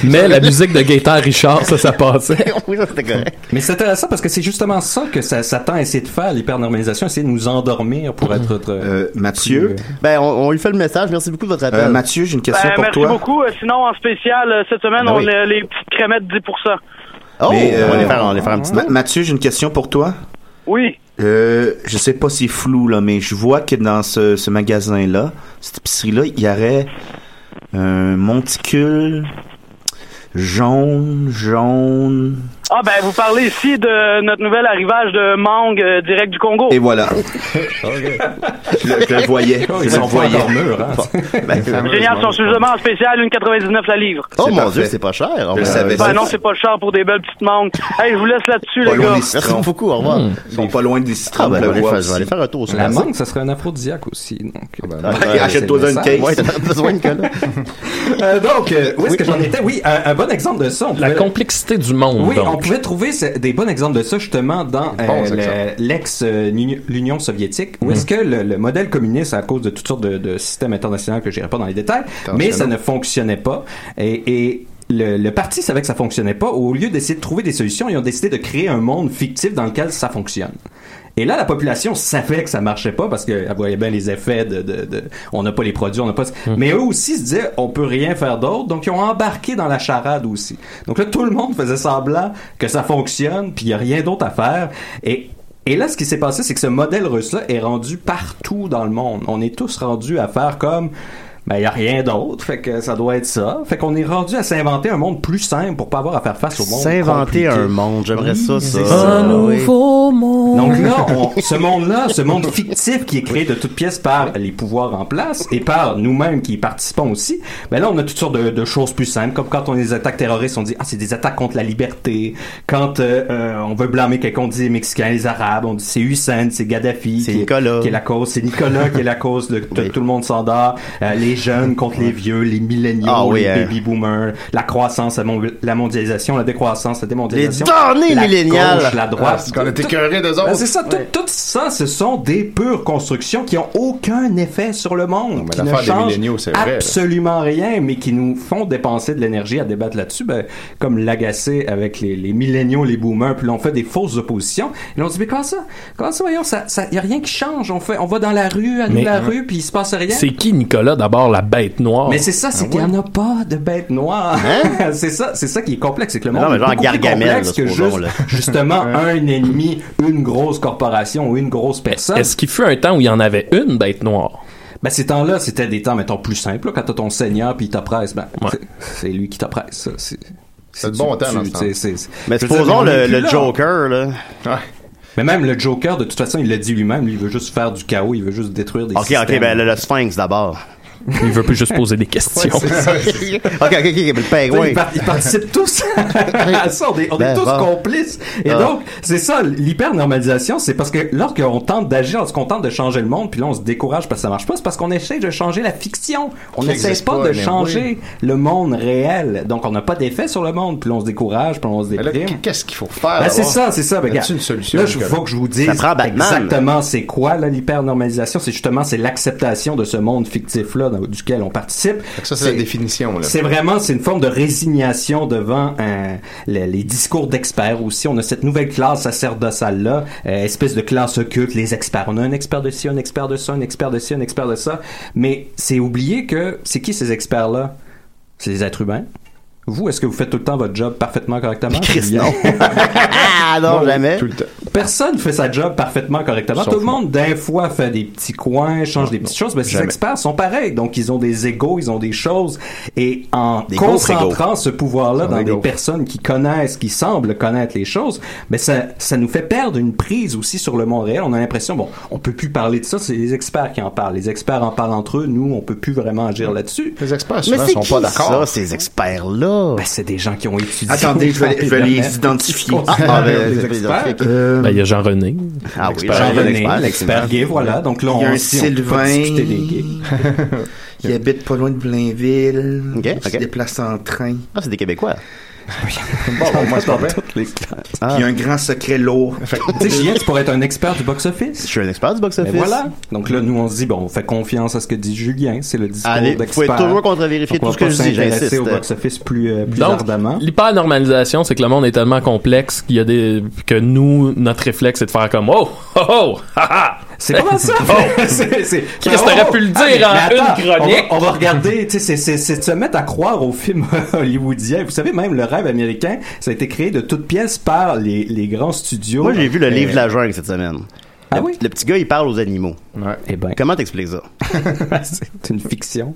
Speaker 4: Mais la musique de Gaëtan Richard, ça, ça
Speaker 10: Ah,
Speaker 4: passait.
Speaker 3: <laughs> oui, ça, c'était correct.
Speaker 6: <laughs> Mais c'est intéressant parce que c'est justement ça que ça, ça tend à essayer de faire, l'hypernormalisation, essayer de nous endormir pour
Speaker 3: Mm-hmm.
Speaker 6: être... euh, être-
Speaker 3: Euh,
Speaker 7: Mathieu?
Speaker 3: Ben, on, on lui fait le message. Merci beaucoup de votre appel.
Speaker 7: Euh, Mathieu, j'ai une question
Speaker 12: Ben,
Speaker 7: pour
Speaker 12: merci
Speaker 7: toi.
Speaker 12: beaucoup. Euh, sinon, en spécial, euh, cette semaine,
Speaker 7: Ben
Speaker 12: on
Speaker 7: oui.
Speaker 12: a les petites crémettes 10
Speaker 3: Oh,
Speaker 7: Mais,
Speaker 3: on va
Speaker 7: euh,
Speaker 3: les faire, on va les faire un petit
Speaker 7: Ma- Mathieu, j'ai une question pour toi.
Speaker 12: Oui.
Speaker 7: Euh, je sais pas si c'est flou, là, mais je vois que dans ce, ce magasin-là, cette épicerie-là, il y aurait un monticule jaune, jaune.
Speaker 12: Ah ben vous parlez ici de notre nouvel arrivage de mangue euh, direct du Congo.
Speaker 3: <laughs>
Speaker 7: Et voilà. Je, le- je le voyais.
Speaker 12: Oh,
Speaker 7: je
Speaker 12: ils
Speaker 7: le
Speaker 12: sont pas
Speaker 7: voyais.
Speaker 12: encore hein.
Speaker 6: hein. <laughs>
Speaker 7: Ben,
Speaker 12: Génial, son sous-vêtement spécial 1,99 la livre.
Speaker 3: Oh mon dieu, c'est pas cher.
Speaker 7: Je savais
Speaker 12: Ben
Speaker 7: ça.
Speaker 12: non, c'est pas cher pour des belles petites mangues. Hey, je vous laisse là-dessus
Speaker 7: Pas
Speaker 12: les
Speaker 7: loin
Speaker 12: gars.
Speaker 7: des citrons.
Speaker 3: au revoir.
Speaker 12: Hmm.
Speaker 7: Ils sont pas loin des citrons.
Speaker 3: Mm. Ah, ben, je
Speaker 7: on
Speaker 3: vais
Speaker 7: le
Speaker 3: aller
Speaker 7: voit
Speaker 3: faire- je vais
Speaker 7: aussi.
Speaker 3: aller faire un tour sur Ah,
Speaker 6: La
Speaker 3: le site.
Speaker 6: mangue, ça serait un aphrodisiaque aussi. Donc, euh,
Speaker 7: ben, achète-toi
Speaker 6: c'est le
Speaker 7: une
Speaker 6: message.
Speaker 7: cake.
Speaker 3: <laughs>
Speaker 7: Ouais, t'en as besoin, Nicolas.
Speaker 6: Euh, donc, euh, où est-ce que j'en étais? Oui, un, un bon exemple de ça. on
Speaker 4: La
Speaker 6: pouvait-
Speaker 4: complexité du monde.
Speaker 6: Oui,
Speaker 4: donc.
Speaker 6: on pouvait trouver ce- des bons exemples de ça justement dans euh,
Speaker 4: bons
Speaker 6: le-
Speaker 4: exemples.
Speaker 6: l'ex euh, l'Uni- l'Union soviétique, où
Speaker 4: Mhm.
Speaker 6: est-ce que le, le modèle communiste, à cause de toutes sortes de, de systèmes internationaux que je n'irai pas dans les détails, mais ça ne fonctionnait pas. Et, et le, le parti savait que ça fonctionnait pas. Au lieu d'essayer de trouver des solutions, ils ont décidé de créer un monde fictif dans lequel ça fonctionne. Et là, la population savait que ça marchait pas parce qu'elle voyait bien les effets de, de, de- on n'a pas les produits, on n'a pas. Mais eux aussi se disaient, on peut rien faire d'autre, donc ils ont embarqué dans la charade aussi. Donc là, tout le monde faisait semblant que ça fonctionne, puis il y a rien d'autre à faire. Et et là, ce qui s'est passé, c'est que ce modèle russe-là est rendu partout dans le monde. On est tous rendus à faire comme ben, il n'y a rien d'autre, fait que ça doit être ça. Fait qu'on est rendu à s'inventer un monde plus simple pour pas avoir à faire face au monde.
Speaker 3: S'inventer
Speaker 6: compliqué.
Speaker 3: un monde, j'aimerais ça, ça.
Speaker 6: c'est ça.
Speaker 3: Ah, oui.
Speaker 4: monde.
Speaker 6: Donc là, on- ce monde-là, ce monde fictif qui est créé de toutes pièces par les pouvoirs en place et par nous-mêmes qui y participons aussi, ben là, on a toutes sortes de, de choses plus simples, comme quand on a des attaques terroristes, on dit « Ah, c'est des attaques contre la liberté ». Quand euh, euh, on veut blâmer quelqu'un, on dit « Les Mexicains, les Arabes », on dit « C'est Hussein, c'est Gaddafi ». C'est Nicolas. Qui est la cause, c'est Nicolas qui est la cause de de- tout le monde s'endort. Euh, les jeunes contre les vieux, les milléniaux,
Speaker 3: Ah oui,
Speaker 6: les
Speaker 3: hein.
Speaker 6: baby boomers, la croissance, la, mon- la mondialisation, la décroissance, la démondialisation.
Speaker 3: Les
Speaker 6: la
Speaker 3: damnés milléniales.
Speaker 6: gauche, la
Speaker 3: Ah,
Speaker 6: droite.
Speaker 3: c'est qu'on était
Speaker 6: Tout-
Speaker 3: écœurés d'eux
Speaker 6: Ben,
Speaker 3: autres.
Speaker 6: C'est ça, tout, tout ça, ce sont des pures constructions qui ont aucun effet sur le monde. qui ne
Speaker 10: l'affaire des
Speaker 6: changent
Speaker 10: milléniaux, c'est vrai, là.
Speaker 6: Absolument rien, mais qui nous font dépenser de l'énergie à débattre là-dessus, ben, comme l'agacé avec les, les milléniaux, les boomers, puis là, on fait des fausses oppositions. Et là, on se dit, mais comment ça? Comment ça, voyons, ça, ça, y a rien qui change. On fait, on va dans la rue, à nous,
Speaker 4: Mais-
Speaker 6: la rue, puis il se passe rien.
Speaker 4: C'est Ah qui, Nicolas, d'abord, la bête noire?
Speaker 6: Mais c'est ça, c'est qu'il n'y en a pas de bête noire.
Speaker 10: Hein?
Speaker 6: <laughs> c'est ça, c'est ça qui est complexe, c'est que le
Speaker 4: Mais
Speaker 6: monde
Speaker 4: non, mais
Speaker 6: est
Speaker 4: genre
Speaker 6: beaucoup plus
Speaker 4: Gargamel,
Speaker 6: complexe
Speaker 4: là,
Speaker 6: que
Speaker 4: supposons,
Speaker 6: juste,
Speaker 4: là.
Speaker 6: <laughs> justement un ennemi, une grosse corporation ou une grosse personne.
Speaker 4: Est-ce qu'il fut un temps où il y en avait une bête noire?
Speaker 6: Ben, ces temps-là, c'était des temps, mettons, plus simples. là. Quand t'as ton seigneur puis il t'oppresse, ben, c'est- c'est lui qui t'oppresse. ça. C'est c'est
Speaker 10: le bon temps, dans ce temps.
Speaker 3: Mais supposons le- le Joker,
Speaker 6: là. Mais même le Joker, de toute façon, il l'a dit lui-même, lui, il veut juste faire du chaos, il veut juste détruire des
Speaker 3: Ok, ok, ben le, le Sphinx d'abord.
Speaker 4: Il veut plus juste poser des questions.
Speaker 3: ok, <laughs> ok, ok, mais le pingouin.
Speaker 6: Ils, par- ils
Speaker 3: <laughs>
Speaker 6: participent tous à ça. On est, on est
Speaker 3: Ben,
Speaker 6: tous
Speaker 3: bon.
Speaker 6: complices. Et
Speaker 3: Ah.
Speaker 6: donc, c'est ça, l'hyper-normalisation, c'est parce que lorsqu'on tente d'agir, lorsqu'on tente de changer le monde, puis là, on se décourage parce que ça marche pas, c'est parce qu'on essaie de changer la fiction. On
Speaker 10: Qui
Speaker 6: n'essaie
Speaker 10: existe
Speaker 6: pas,
Speaker 10: pas,
Speaker 6: de
Speaker 10: mais
Speaker 6: changer le monde réel. Donc, on n'a pas d'effet sur le monde, puis là, on se décourage, puis on se
Speaker 10: Mais là,
Speaker 6: déprime.
Speaker 10: Qu'est-ce qu'il faut faire?
Speaker 6: Ben, c'est
Speaker 10: d'abord?
Speaker 6: ça, c'est ça. Ben,
Speaker 10: Y a-t-il
Speaker 6: regarde.
Speaker 10: une solution.
Speaker 6: Là, il
Speaker 10: Nicolas?
Speaker 6: faut que je vous dise exactement c'est quoi là, l'hyper-normalisation. C'est justement c'est l'acceptation de ce monde fictif-là dans- duquel on participe.
Speaker 10: Ça, c'est la définition. là.
Speaker 6: C'est vraiment, c'est une forme de résignation devant euh, les, les discours d'experts aussi. On a cette nouvelle classe sacerdotale-là, euh, espèce de classe occulte, les experts. On a un expert de ci, un expert de ça, un expert de ci, un expert de ça. Mais c'est oublier que c'est qui ces experts-là? C'est les êtres humains. Vous, est-ce que vous faites tout le temps votre job parfaitement correctement? non. <laughs>
Speaker 3: ah non, jamais.
Speaker 6: Personne fait sa job parfaitement correctement.
Speaker 3: Sauf
Speaker 6: Tout le monde, d'un fois, fait des petits coins, change des petites choses. Mais ces
Speaker 3: jamais.
Speaker 6: experts sont pareils. Donc, ils ont des égaux, ils ont des choses. Et en
Speaker 3: Des gros
Speaker 6: concentrant ce
Speaker 3: Ils
Speaker 6: pouvoir-là
Speaker 3: ont
Speaker 6: dans
Speaker 3: des
Speaker 6: des
Speaker 3: gros.
Speaker 6: personnes qui connaissent, qui semblent connaître les choses, mais ça, ça nous fait perdre une prise aussi sur le monde réel. On a l'impression, bon, on peut plus parler de ça. C'est les experts qui en parlent. Les experts en parlent entre eux. Nous, on peut plus vraiment agir là-dessus.
Speaker 10: Les experts,
Speaker 3: Mais c'est qui ça, ces experts-là?
Speaker 6: Ben, c'est des gens qui ont étudié.
Speaker 7: Attendez, je
Speaker 6: <laughs>
Speaker 7: vais, je vais les identifier. Ah, ben,
Speaker 6: Des experts. Euh,
Speaker 4: Ben, il y a Jean-René.
Speaker 3: Ah
Speaker 6: oui,
Speaker 4: ben,
Speaker 6: Jean-René, l'expert gay, voilà. Donc là, on-
Speaker 7: Il y a un
Speaker 6: si on peut discuter des gays.
Speaker 7: Sylvain qui habite pas loin de Blainville.
Speaker 3: Ok,
Speaker 7: qui
Speaker 3: ok.
Speaker 7: se déplace en train.
Speaker 3: Ah, c'est des <laughs> Québécois.
Speaker 7: bon, bon, moi, c'est pas vrai.
Speaker 3: Ah.
Speaker 7: Il y a un grand secret
Speaker 6: <laughs>
Speaker 7: lourd.
Speaker 6: Tu sais, Julien, tu pourrais être un expert du box-office.
Speaker 3: Je suis un expert du
Speaker 6: Ben
Speaker 3: box-office.
Speaker 6: voilà. Donc là, nous, on se dit, bon, on fait confiance à ce que dit Julien. C'est le discours
Speaker 3: Allez, vous
Speaker 6: d'expert.
Speaker 3: pouvez toujours contre-vérifier
Speaker 6: Donc,
Speaker 3: tout
Speaker 6: on
Speaker 3: ce que
Speaker 6: va
Speaker 3: je
Speaker 6: pas
Speaker 3: dis,
Speaker 6: s'intéresser
Speaker 3: j'insiste.
Speaker 6: au box-office plus, euh, plus
Speaker 4: Donc,
Speaker 6: ardemment.
Speaker 4: l'hyper-normalisation, c'est que le monde est tellement complexe qu'il y a des, que nous, notre réflexe, c'est de faire comme, oh, oh, oh, <laughs> ha, ha.
Speaker 6: C'est <laughs> pas mal ça.
Speaker 4: <laughs> Oh.
Speaker 6: C'est- c'est-
Speaker 4: Chris,
Speaker 6: Oh,
Speaker 4: t'aurais pu le
Speaker 6: oh, ah, mais
Speaker 4: dire en
Speaker 6: attends,
Speaker 4: une chronique.
Speaker 6: On va, on va regarder, tu sais, c'est- c'est c'est de se mettre à croire aux <laughs> films hollywoodiens. Vous savez, même le rêve américain, ça a été créé de toutes pièces par les, les grands studios.
Speaker 3: Moi, j'ai vu le
Speaker 6: Euh,
Speaker 3: livre de la jungle cette semaine.
Speaker 6: Ah
Speaker 3: le,
Speaker 6: oui?
Speaker 3: le petit gars, il parle aux animaux.
Speaker 6: <laughs> Eh ben,
Speaker 3: Comment t'expliques ça?
Speaker 6: c'est une fiction.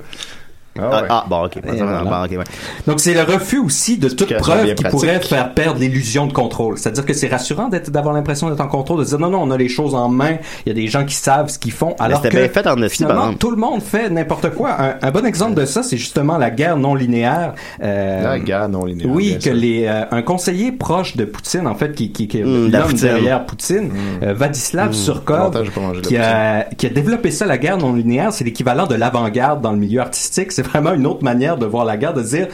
Speaker 3: Ah, ah, bon, ok.
Speaker 6: Et
Speaker 3: Ah,
Speaker 6: voilà.
Speaker 3: bon, ok, ouais.
Speaker 6: Donc, c'est le refus aussi de toute
Speaker 3: Explication
Speaker 6: preuve
Speaker 3: bien
Speaker 6: qui
Speaker 3: pratique.
Speaker 6: pourrait faire perdre l'illusion de contrôle. C'est-à-dire que c'est rassurant d'être, d'avoir l'impression d'être en contrôle, de se dire non, non, on a les choses en main, il y a des gens qui savent ce qu'ils font, alors que
Speaker 3: c'était bien fait en esti, par
Speaker 6: finalement,
Speaker 3: exemple.
Speaker 6: tout le monde fait n'importe quoi. Un, un bon exemple de ça, c'est justement la guerre non linéaire. euh,
Speaker 10: La guerre non linéaire,
Speaker 6: Oui,
Speaker 10: bien
Speaker 6: que
Speaker 10: sûr.
Speaker 6: les, euh, un conseiller proche de Poutine, en fait, qui, qui, qui est
Speaker 10: Mm, la
Speaker 6: l'homme
Speaker 10: Poutine.
Speaker 6: derrière Poutine, euh, Vladislav
Speaker 10: Mm,
Speaker 6: Surkov,
Speaker 10: longtemps, j'ai pas mangé de
Speaker 6: qui a, qui a développé ça, la guerre non linéaire, c'est l'équivalent de l'avant-garde dans le milieu artistique. C'est vraiment une autre manière de voir la guerre, de dire,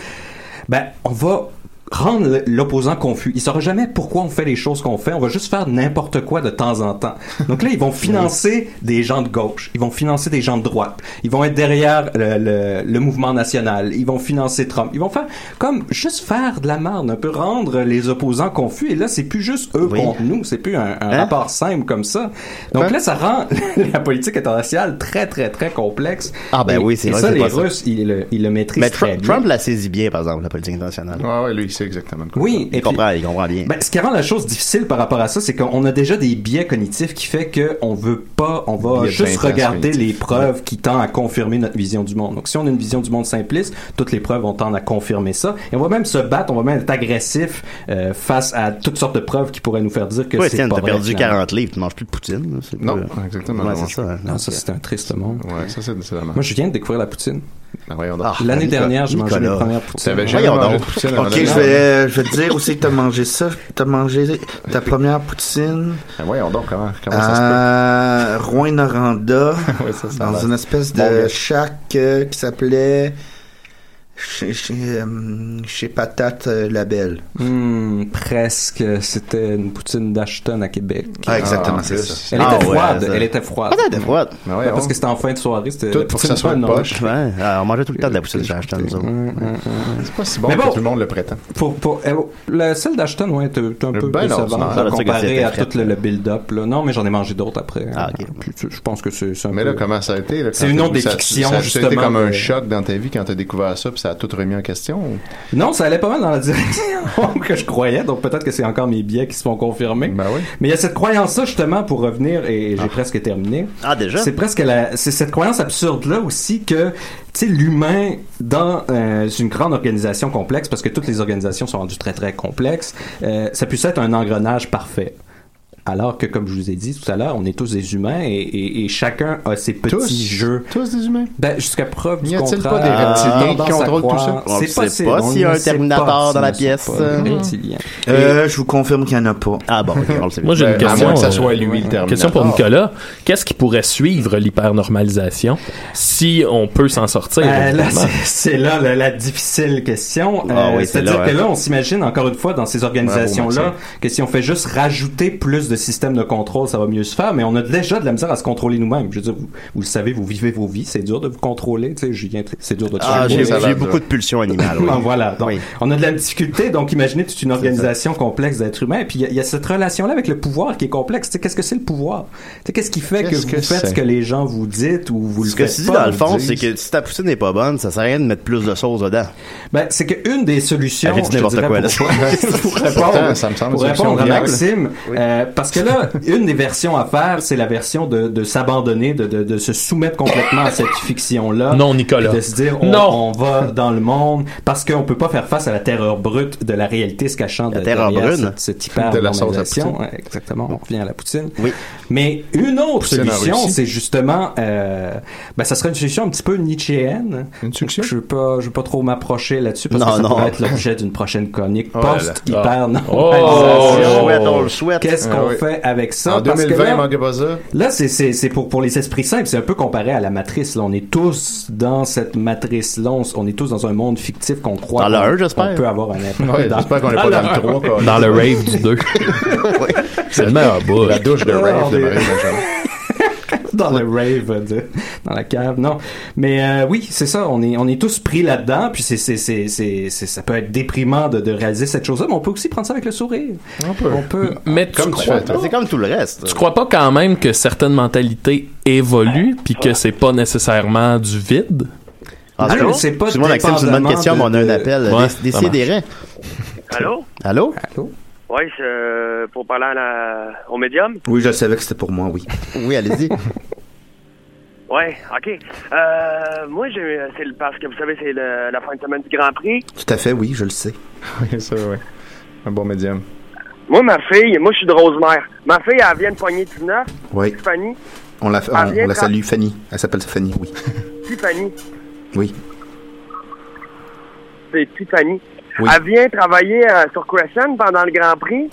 Speaker 6: ben, on va rendre le- l'opposant confus. Il saura jamais pourquoi on fait les choses qu'on fait. On va juste faire n'importe quoi de temps en temps. Donc là,
Speaker 3: <laughs>
Speaker 6: ils vont financer des gens de gauche. Ils vont financer des gens de droite. Ils vont être derrière le, le- le mouvement national. Ils vont financer Trump. Ils vont faire comme juste faire de la merde, un peu rendre les opposants confus. Et là, c'est plus juste eux contre nous. C'est plus un, un
Speaker 3: Hein?
Speaker 6: rapport simple comme ça. Donc là, ça rend <laughs> la politique internationale très, très, très complexe.
Speaker 3: Ah, ben
Speaker 6: Et-
Speaker 3: oui, c'est
Speaker 6: et
Speaker 3: vrai
Speaker 6: ça,
Speaker 3: que c'est
Speaker 6: les
Speaker 3: pas ça.
Speaker 6: Russes, ils le, ils le maîtrisent
Speaker 3: Mais
Speaker 6: très
Speaker 3: Trump,
Speaker 6: bien.
Speaker 3: Trump la saisit bien, par exemple, la politique internationale.
Speaker 10: Ah ouais, lui, il sait exactement.
Speaker 6: Oui,
Speaker 3: il comprend, il comprend bien.
Speaker 6: Ben, ce qui rend la chose difficile par rapport à ça, c'est qu'on a déjà des biais cognitifs qui fait qu'on veut pas, on va
Speaker 10: Biais
Speaker 6: juste
Speaker 10: d'intense
Speaker 6: regarder
Speaker 10: cognitif.
Speaker 6: les preuves qui tendent à confirmer notre vision du monde. Donc, si on a une vision du monde simpliste, toutes les preuves vont tendre à confirmer ça. Et on va même se battre, on va même être agressif euh, face à toutes sortes de preuves qui pourraient nous faire dire que
Speaker 3: Toi,
Speaker 6: c'est
Speaker 3: Étienne,
Speaker 6: pas
Speaker 3: t'as
Speaker 6: vrai.
Speaker 3: perdu
Speaker 6: finalement.
Speaker 3: 40 livres, tu manges plus de poutine. là, c'est
Speaker 10: Non,
Speaker 3: pas-
Speaker 10: exactement,
Speaker 3: Ouais,
Speaker 10: non,
Speaker 3: c'est
Speaker 10: je-
Speaker 3: ça. hein, euh,
Speaker 6: Non, ça c'est un triste monde.
Speaker 10: Ouais, ça c'est c'est la merde.
Speaker 6: Moi, je viens de découvrir la poutine.
Speaker 10: Ah, voyons donc.
Speaker 6: Ah, L'année dernière, je mangeais mes
Speaker 10: Nicolas.
Speaker 6: premières poutines.
Speaker 10: T'avais jamais mangé de poutine avant
Speaker 7: Ok,
Speaker 10: l'année
Speaker 7: je vais, euh, je vais te dire aussi que t'as mangé ça. T'as mangé ta première poutine.
Speaker 10: Ben voyons donc, comment, comment ça se peut?
Speaker 7: à
Speaker 10: <laughs>
Speaker 7: Rouen-Noranda,
Speaker 10: ça a
Speaker 7: dans
Speaker 10: l'air.
Speaker 7: une espèce
Speaker 10: Bon
Speaker 7: de
Speaker 10: gars.
Speaker 7: shack euh, qui s'appelait chez, chez, euh, chez Patate euh, Label.
Speaker 6: Hmm, presque. C'était une poutine d'Ashton à Québec.
Speaker 7: Ah, exactement,
Speaker 6: Ah, en
Speaker 7: c'est
Speaker 6: plus.
Speaker 7: ça.
Speaker 6: Elle
Speaker 7: Ah,
Speaker 6: était
Speaker 7: ouais,
Speaker 6: froide.
Speaker 7: ça.
Speaker 6: elle était froide.
Speaker 7: Ah, elle était froide.
Speaker 6: Ouais,
Speaker 7: Ah ouais,
Speaker 6: parce
Speaker 7: ouais.
Speaker 6: que c'était en fin de soirée. C'était
Speaker 10: Ben, Tout
Speaker 6: la hein?
Speaker 10: pour que
Speaker 6: poutine
Speaker 10: ça soit une
Speaker 6: non.
Speaker 10: poche.
Speaker 3: Ouais, euh, on mangeait tout le temps de la poutine chez Ashton, nous autres.
Speaker 10: C'est pas si bon
Speaker 6: Mais
Speaker 10: que
Speaker 6: bon.
Speaker 10: tout le monde le prétend.
Speaker 6: Pour, pour, euh, la celle d'Ashton, ouais, était était un peu
Speaker 10: ben non, c'est
Speaker 6: décevante
Speaker 7: Ah,
Speaker 10: normal.
Speaker 6: comparée
Speaker 10: C'était
Speaker 6: à
Speaker 10: frais.
Speaker 6: tout le, le build-up. là. Non, mais j'en ai mangé d'autres après.
Speaker 7: Ah,
Speaker 6: Puis, tu- Je pense que c'est c'est un
Speaker 10: Mais
Speaker 6: peu-
Speaker 10: là, comment ça a été? là, quand
Speaker 6: C'est une
Speaker 10: t'as
Speaker 6: autre
Speaker 10: vu
Speaker 6: des
Speaker 10: ça?
Speaker 6: fictions,
Speaker 10: Ça a- Ça a été
Speaker 6: justement,
Speaker 10: comme
Speaker 6: de-
Speaker 10: un choc dans ta vie quand t'as découvert ça, puis ça a tout remis en question? ou?
Speaker 6: Non, ça allait pas mal dans la direction <laughs> que je croyais, donc peut-être que c'est encore mes biais qui se font confirmer.
Speaker 10: Ben
Speaker 6: Mais il y a cette croyance-là, justement, pour revenir, et j'ai presque terminé.
Speaker 3: Ah, déjà?
Speaker 6: C'est presque la, c'est cette croyance absurde-là aussi que, tu sais, l'humain, dans euh, une grande organisation complexe, parce que toutes les organisations sont rendues très, très complexes, euh, ça puisse être un engrenage parfait. Alors que, comme je vous ai dit tout à l'heure, on est tous des humains et, et- et chacun a ses petits
Speaker 10: Tous?
Speaker 6: jeux.
Speaker 10: Tous des humains?
Speaker 6: Ben, jusqu'à preuve du
Speaker 10: N'y a-t-il
Speaker 6: contraire.
Speaker 10: pas des reptiliens qui
Speaker 6: tendance à
Speaker 10: contrôlent tout ça?
Speaker 6: croire-
Speaker 7: Euh, On le
Speaker 6: C'est
Speaker 7: sait
Speaker 6: possible.
Speaker 7: pas
Speaker 6: on
Speaker 7: s'il y a
Speaker 6: ne
Speaker 7: un
Speaker 6: sait
Speaker 7: Terminator
Speaker 6: pas si
Speaker 7: dans la
Speaker 6: on ne sait
Speaker 7: pièce.
Speaker 6: pas.
Speaker 7: Euh,
Speaker 6: Les reptiliens.
Speaker 7: Euh, je vous confirme qu'il n'y en a pas.
Speaker 3: Ah bon,
Speaker 7: ok, on le sait.
Speaker 4: Moi, j'ai une question. euh,
Speaker 7: terme.
Speaker 4: question
Speaker 6: Ah.
Speaker 4: pour Nicolas. Qu'est-ce qui pourrait suivre l'hypernormalisation si on peut s'en sortir?
Speaker 6: Euh, là,
Speaker 4: évidemment?
Speaker 6: c'est- c'est là la, la difficile question. Euh,
Speaker 4: Ah oui, c'est
Speaker 6: C'est-à-dire
Speaker 4: là,
Speaker 6: que
Speaker 4: hein.
Speaker 6: là, on s'imagine encore une fois dans ces
Speaker 4: Bravo,
Speaker 6: organisations-là
Speaker 4: Maxime.
Speaker 6: que si on fait juste rajouter plus de systèmes de contrôle, ça va mieux se faire. Mais on a déjà de la misère à se contrôler nous-mêmes. Je veux dire, vous, vous le savez, vous vivez vos vies, c'est dur de vous contrôler. Tu sais, Julien, c'est dur de.
Speaker 3: Ah, j'ai
Speaker 6: contrôler.
Speaker 3: j'ai beaucoup de pulsions animales. oui.
Speaker 6: Ah, <laughs> voilà. Donc, On a de la difficulté, donc imaginez toute une organisation complexe d'êtres humains. Et puis il y a- il y, a cette relation-là avec le pouvoir qui est complexe. Tu sais, Qu'est-ce que c'est le pouvoir Tu sais, Qu'est-ce qui fait que
Speaker 3: Qu'est-ce
Speaker 6: vous
Speaker 3: que
Speaker 6: faites ce
Speaker 3: c'est?
Speaker 6: que les gens vous dites ou vous le
Speaker 3: Ce que
Speaker 6: faites
Speaker 3: tu dis,
Speaker 6: pas,
Speaker 3: dans le
Speaker 6: vous
Speaker 3: fond,
Speaker 6: disent?
Speaker 3: c'est que si ta poutine n'est pas bonne, ça sert à rien de mettre plus de sauce dedans.
Speaker 6: Ben, c'est qu'une des solutions.
Speaker 3: J'ai dit
Speaker 6: je
Speaker 3: n'importe
Speaker 6: dirais,
Speaker 3: quoi, là.
Speaker 10: <laughs>
Speaker 6: pour-
Speaker 3: <laughs>
Speaker 6: pour répondre,
Speaker 10: Pourtant, ça me semble
Speaker 6: pour
Speaker 10: une solution
Speaker 6: répondre à
Speaker 10: viable.
Speaker 6: Maxime, euh, parce que là, une des versions à faire, c'est la version de, de s'abandonner, de, de, de se soumettre complètement à cette fiction-là.
Speaker 4: Non, Nicolas.
Speaker 6: Puis De se dire, on,
Speaker 4: Non.
Speaker 6: on va dans le monde, parce qu'on peut pas faire face à la terreur brute de la réalité se cachant de
Speaker 3: terreur
Speaker 6: derrière
Speaker 3: brune.
Speaker 6: cette, cette hyper
Speaker 3: De la sauce à
Speaker 6: normalisation.
Speaker 3: poutine.
Speaker 6: Ouais, exactement, on revient à la poutine.
Speaker 3: Oui.
Speaker 6: Mais une autre
Speaker 3: Poutine en
Speaker 6: solution,
Speaker 3: Russie.
Speaker 6: c'est justement, euh, ben, ça serait une solution un petit peu nietzschéenne. Une solution? Je veux pas, je veux pas trop m'approcher là-dessus parce
Speaker 3: Non,
Speaker 6: que ça
Speaker 3: non.
Speaker 6: pourrait être l'objet d'une prochaine chronique
Speaker 3: Oh là là.
Speaker 10: Ah.
Speaker 3: Oh,
Speaker 6: post-hyper
Speaker 3: on le souhaite, on le
Speaker 6: normalisation.
Speaker 3: souhaite.
Speaker 6: Qu'est-ce
Speaker 3: Ah
Speaker 6: qu'on
Speaker 3: oui.
Speaker 6: fait avec ça
Speaker 10: En
Speaker 6: Parce que
Speaker 10: 2020, il
Speaker 6: là-
Speaker 10: manquait pas ça.
Speaker 6: Là, c'est- c'est c'est pour, pour les esprits simples, c'est un peu comparé à la matrice. Là. On est tous dans cette matrice-là, on, s- on est tous dans un monde fictif qu'on croit
Speaker 3: Dans le
Speaker 6: qu'on-
Speaker 3: un, j'espère.
Speaker 6: qu'on peut avoir un impact.
Speaker 10: Ouais, j'espère qu'on est
Speaker 4: <laughs>
Speaker 10: pas dans le
Speaker 6: <laughs>
Speaker 10: trois, quoi.
Speaker 4: Dans le rave du
Speaker 10: <laughs>
Speaker 4: 2. C'est le meilleur bout.
Speaker 10: La douche de
Speaker 6: Ah,
Speaker 10: rave de
Speaker 6: des-
Speaker 10: Marie Benjamin.
Speaker 6: dans le rave de- dans la cave non mais euh, oui c'est ça on est on est tous pris là dedans puis c'est c'est c'est c'est c'est- ça peut être déprimant de, de réaliser cette chose là mais on peut aussi prendre ça avec le sourire on peut on peut
Speaker 4: Mais tu crois pas-
Speaker 3: C'est comme tout le reste.
Speaker 4: Tu crois pas quand même que certaines mentalités évoluent puis que c'est pas nécessairement du vide?
Speaker 3: Ah, c'est bon? Excuse-moi, Maxime, c'est une bonne question, mais on a un appel. Des-
Speaker 4: Ouais, ça marche.
Speaker 3: Décidérez.
Speaker 13: Allô?
Speaker 3: Allô?
Speaker 13: Oui, euh, pour parler à la- au médium?
Speaker 7: <laughs> Oui, je savais que c'était pour moi, oui.
Speaker 3: Oui, allez-y.
Speaker 13: Ouais, ok. Euh, moi, j'ai, c'est le- parce que vous savez, c'est le- la fin de semaine du Grand Prix.
Speaker 7: Tout à fait, oui, je le sais.
Speaker 10: <laughs> Oui, ça, ouais. Un bon médium.
Speaker 13: Moi, ma fille, moi, je suis de Rosemère. Ma fille, elle vient de pogner 19.
Speaker 7: Oui.
Speaker 13: Tiffany.
Speaker 7: On la, on,
Speaker 13: Ah, viens,
Speaker 7: on la
Speaker 13: quand-
Speaker 7: salue, Fanny. Elle s'appelle Fanny,
Speaker 10: <laughs>
Speaker 7: oui.
Speaker 13: Tiffany.
Speaker 7: Oui.
Speaker 13: C'est Tiffany.
Speaker 7: Oui.
Speaker 13: Elle vient travailler euh, sur Crescent pendant le Grand Prix.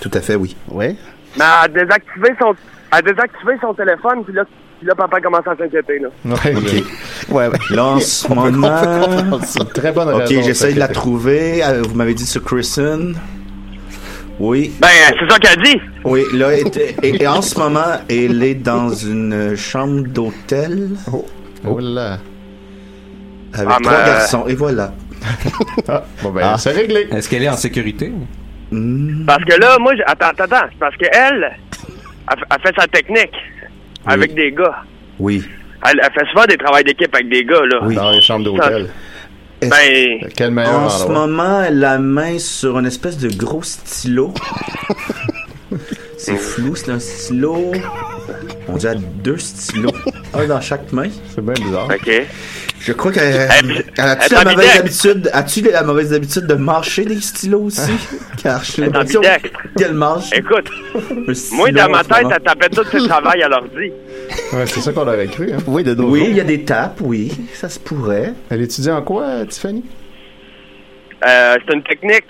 Speaker 7: Tout à fait, oui. Oui.
Speaker 13: Mais elle a désactivé son, elle a désactivé son téléphone, puis là, puis là, papa commence à s'inquiéter, là.
Speaker 10: Ouais,
Speaker 7: ouais, Lance moment.
Speaker 10: Très bonne
Speaker 7: Ok,
Speaker 10: raison de
Speaker 7: j'essaie de la
Speaker 10: s'inquiéter.
Speaker 7: trouver. Euh, Vous m'avez dit sur Crescent. Oui.
Speaker 13: Ben, c'est ça qu'elle dit.
Speaker 7: Oui, là, et, et- et en ce moment, elle est dans une chambre d'hôtel. Oh.
Speaker 10: là.
Speaker 7: Avec
Speaker 10: Ah,
Speaker 7: trois
Speaker 13: euh,
Speaker 10: mais-
Speaker 7: garçons, et voilà.
Speaker 10: bon, ben, c'est réglé.
Speaker 6: Est-ce qu'elle est en sécurité?
Speaker 13: Parce que là, moi, j'ai- attends, attends, attends. C'est parce qu'elle, elle, f- elle fait sa technique avec des gars.
Speaker 7: Oui.
Speaker 13: Elle, elle fait souvent des travails d'équipe avec des gars, là.
Speaker 10: Dans les chambres d'hôtel.
Speaker 13: Ben,
Speaker 10: Quel meilleur
Speaker 7: En ce
Speaker 10: endroit.
Speaker 7: moment, elle a la main sur une espèce de gros stylo. c'est flou, c'est un stylo. On dit à deux stylos, un dans chaque main.
Speaker 10: C'est bien bizarre.
Speaker 13: OK.
Speaker 7: Je crois qu'elle
Speaker 13: Elle-
Speaker 7: elle a-tu
Speaker 13: elle
Speaker 7: la
Speaker 13: est
Speaker 7: mauvaise
Speaker 13: ambidextre.
Speaker 7: habitude, as-tu la mauvaise habitude de marcher des stylos
Speaker 10: <laughs>
Speaker 7: aussi? Car je suis
Speaker 13: Elle est ambidextre.
Speaker 7: qu'elle marche. <laughs>
Speaker 13: Écoute, moi,
Speaker 7: stylo
Speaker 13: dans
Speaker 7: en
Speaker 13: ma
Speaker 7: ce
Speaker 13: tête,
Speaker 7: moment.
Speaker 13: elle tapait tout ses travail à l'ordi.
Speaker 10: Ouais, c'est ça qu'on aurait cru. Hein.
Speaker 7: Oui, de Oui, il y a des tapes, oui, ça se pourrait.
Speaker 10: Elle étudie en quoi, Tiffany?
Speaker 13: Euh, c'est une technique.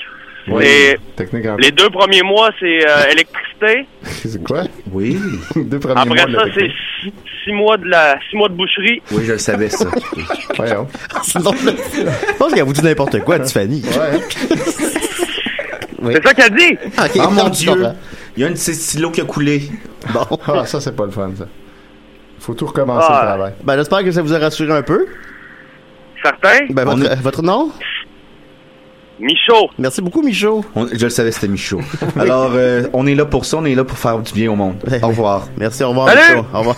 Speaker 10: Oui, Ah.
Speaker 13: C'est-
Speaker 10: technique en-
Speaker 13: Les deux premiers mois, c'est
Speaker 10: <laughs>
Speaker 13: euh, électricité.
Speaker 10: C'est quoi?
Speaker 7: Oui.
Speaker 10: <laughs> Deux premiers
Speaker 13: Après
Speaker 10: mois de la
Speaker 13: Ah, ça, c'est
Speaker 10: technique.
Speaker 13: six, six mois de la, six mois de boucherie.
Speaker 7: Oui, je le savais, ça.
Speaker 10: <laughs>
Speaker 3: <laughs>
Speaker 10: Voyons.
Speaker 3: Je pense qu'elle vous dit n'importe
Speaker 10: <laughs>
Speaker 3: quoi, Tiffany.
Speaker 13: C'est ça qu'elle dit!
Speaker 7: Ok,
Speaker 10: Ah,
Speaker 7: oh mon dieu! Il y a un de ces stylos qui a coulé.
Speaker 3: Bon.
Speaker 7: <laughs>
Speaker 10: Ah, ça, c'est pas le fun, ça. Faut tout recommencer
Speaker 3: Ah.
Speaker 10: le travail.
Speaker 3: Ben, j'espère que ça vous a rassuré un peu.
Speaker 13: Certain?
Speaker 3: Ben, votre, votre nom?
Speaker 13: Michaud.
Speaker 3: Merci beaucoup, Michaud.
Speaker 7: On- je le savais, c'était
Speaker 3: <laughs>
Speaker 7: Michaud. Alors, euh, on est là pour ça, on est là pour faire du bien au monde. Au revoir.
Speaker 3: Merci, au revoir,
Speaker 7: Salut!
Speaker 3: Michaud. Au revoir.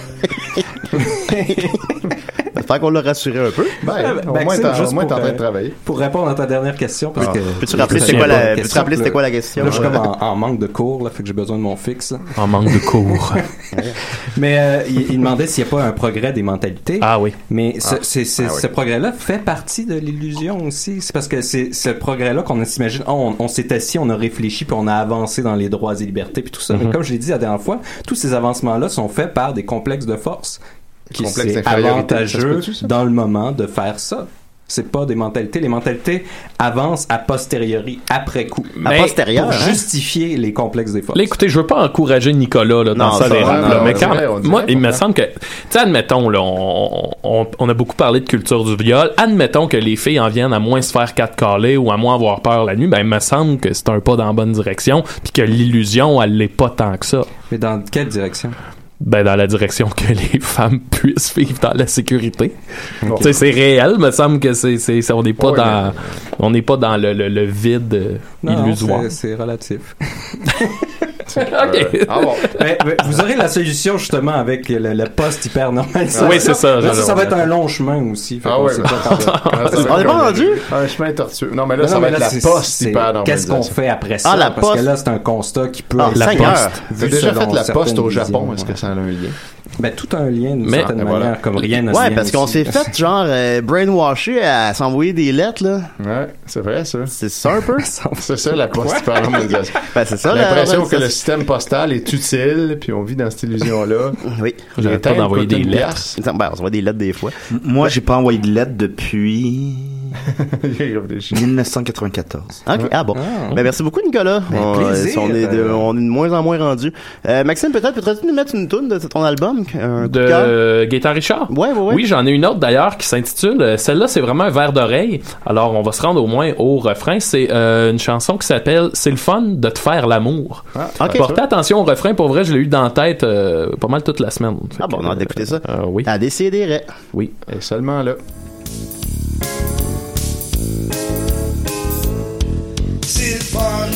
Speaker 3: J'espère qu'on l'a rassuré un peu.
Speaker 6: Ben,
Speaker 10: Eh, au moins, t'es en- au moins, t'es en train de
Speaker 6: travailler. Pour répondre à ta dernière question, parce
Speaker 10: Ah.
Speaker 6: que.
Speaker 10: Peux-tu rappeler c'était quoi la-
Speaker 6: Bonne
Speaker 10: peux-tu
Speaker 6: question,
Speaker 10: rappeler c'était
Speaker 6: là.
Speaker 10: quoi la question?
Speaker 6: Là, je suis
Speaker 10: Ouais.
Speaker 6: comme en, en manque de cours, là, fait que j'ai besoin de mon fixe.
Speaker 10: Ah,
Speaker 4: En manque de
Speaker 10: <laughs>
Speaker 4: cours.
Speaker 6: Mais euh, il, il demandait s'il n'y a pas un progrès des mentalités. Ah oui. Mais ce,
Speaker 4: Ah.
Speaker 6: c'est- c'est-
Speaker 4: Ah oui.
Speaker 6: ce progrès-là fait partie de l'illusion aussi. C'est parce que c'est ce progrès-là qu'on s'imagine, oh, on, on s'est assis, on a réfléchi, puis on a avancé dans les droits et libertés, puis tout ça. Mais
Speaker 4: Mhm.
Speaker 6: comme je l'ai dit la dernière fois, tous ces avancements-là sont faits par des complexes de force. Qui
Speaker 10: Complexes
Speaker 6: c'est
Speaker 10: d'infériorité, ça se
Speaker 6: avantageux
Speaker 10: peut-tu, ça?
Speaker 6: dans le moment de faire ça. C'est pas des mentalités. Les mentalités avancent a posteriori, après coup.
Speaker 4: Mais-
Speaker 6: Pour
Speaker 4: hein?
Speaker 6: justifier les complexes des forces.
Speaker 4: Là, écoutez, je veux pas encourager Nicolas là, dans
Speaker 6: Non,
Speaker 4: sa
Speaker 6: ça,
Speaker 4: dérape,
Speaker 6: non,
Speaker 4: là,
Speaker 6: non,
Speaker 4: mais
Speaker 6: on
Speaker 4: quand
Speaker 6: dirait, on dirait,
Speaker 4: moi, il me
Speaker 6: pourtant.
Speaker 4: semble que, tu sais, admettons, là, on, on- on a beaucoup parlé de culture du viol. Admettons que les filles en viennent à moins se faire quatre calés ou à moins avoir peur la nuit. Ben, il me semble que c'est un pas dans la bonne direction, puis que l'illusion, elle l'est pas tant que ça.
Speaker 6: Mais dans quelle direction?
Speaker 4: Ben, dans la direction que les <laughs> femmes puissent vivre dans la sécurité. Tu sais, c'est réel, me semble que c'est, c'est, c'est- on n'est pas
Speaker 6: Ouais,
Speaker 4: dans, on n'est pas dans le, le- le vide euh,
Speaker 6: Non,
Speaker 4: illusoire.
Speaker 6: c'est- c'est relatif.
Speaker 4: Ok. Ah bon.
Speaker 6: <laughs> Mais- mais vous aurez la solution justement avec le, le poste hyper normal.
Speaker 4: Oui, c'est ça,
Speaker 6: Là, ça,
Speaker 4: j'adore.
Speaker 6: ça va être un long chemin aussi. fait
Speaker 10: Ah
Speaker 6: qu'on
Speaker 10: ouais,
Speaker 6: sait
Speaker 10: ben-
Speaker 6: pas
Speaker 10: <laughs>
Speaker 6: par là.
Speaker 10: Ah, ça va être comme Un chemin tortueux. Non, mais là,
Speaker 6: Non,
Speaker 10: ça
Speaker 6: non,
Speaker 10: va
Speaker 6: mais
Speaker 10: être
Speaker 6: là,
Speaker 10: la
Speaker 6: c'est-
Speaker 10: poste
Speaker 6: c'est-
Speaker 10: hyper
Speaker 6: Qu'est-ce qu'on fait après ça?
Speaker 10: Ah, la
Speaker 6: Parce
Speaker 10: poste.
Speaker 6: que là, c'est un constat qui peut
Speaker 10: Ah,
Speaker 6: être
Speaker 10: Seigneur.
Speaker 6: poste,
Speaker 10: T'as
Speaker 6: vu
Speaker 10: déjà
Speaker 6: selon
Speaker 10: fait la poste
Speaker 6: certaines
Speaker 10: au Japon,
Speaker 6: visions,
Speaker 10: est-ce
Speaker 6: ouais.
Speaker 10: que ça a
Speaker 7: <laughs>
Speaker 10: un lien?
Speaker 6: Ben, tout a un lien d'une certaine
Speaker 10: Ben voilà.
Speaker 6: manière, comme rien n'a
Speaker 3: Ouais, parce qu'on s'est fait, genre, euh, brainwasher à s'envoyer des lettres, là.
Speaker 10: Ouais, c'est vrai, ça.
Speaker 3: C'est ça un peu?
Speaker 10: c'est ça, la poste hyper normalisation.
Speaker 3: <laughs> Ben, c'est ça, la-
Speaker 10: L'impression
Speaker 3: la-
Speaker 10: que le système postal est utile, puis on vit dans cette illusion-là.
Speaker 3: <laughs> Oui.
Speaker 10: J'avais pas d'envoyer des lettres.
Speaker 3: Attends, Ben, on s'envoie des lettres des fois.
Speaker 7: Moi, j'ai pas envoyé de lettre depuis 1994.
Speaker 3: Ok, ah bon. Ben, merci beaucoup, Nicolas.
Speaker 7: Ben,
Speaker 3: on,
Speaker 7: plaisir.
Speaker 3: on est de,
Speaker 7: Euh,
Speaker 3: on est de moins en moins rendu. Maxime, peut-être, pourrais-tu nous mettre une toune de ton album? Un coup de cœur?
Speaker 4: de Euh, Gaëtan Richard. Oui, j'en ai une autre d'ailleurs qui s'intitule. euh, Celle-là, c'est vraiment un verre d'oreille. Alors, on va se rendre au moins au refrain. C'est euh, une chanson qui s'appelle C'est le fun de te faire l'amour.
Speaker 10: Ah,
Speaker 3: Ah, ok.
Speaker 4: Portez attention au refrain. Pour vrai, je l'ai eu dans la tête euh, pas mal toute la semaine. euh,
Speaker 3: Ah bon, on a d'écouter ça.
Speaker 4: oui.
Speaker 3: À décider.
Speaker 4: Oui.
Speaker 10: Et seulement là.
Speaker 8: C'est le fun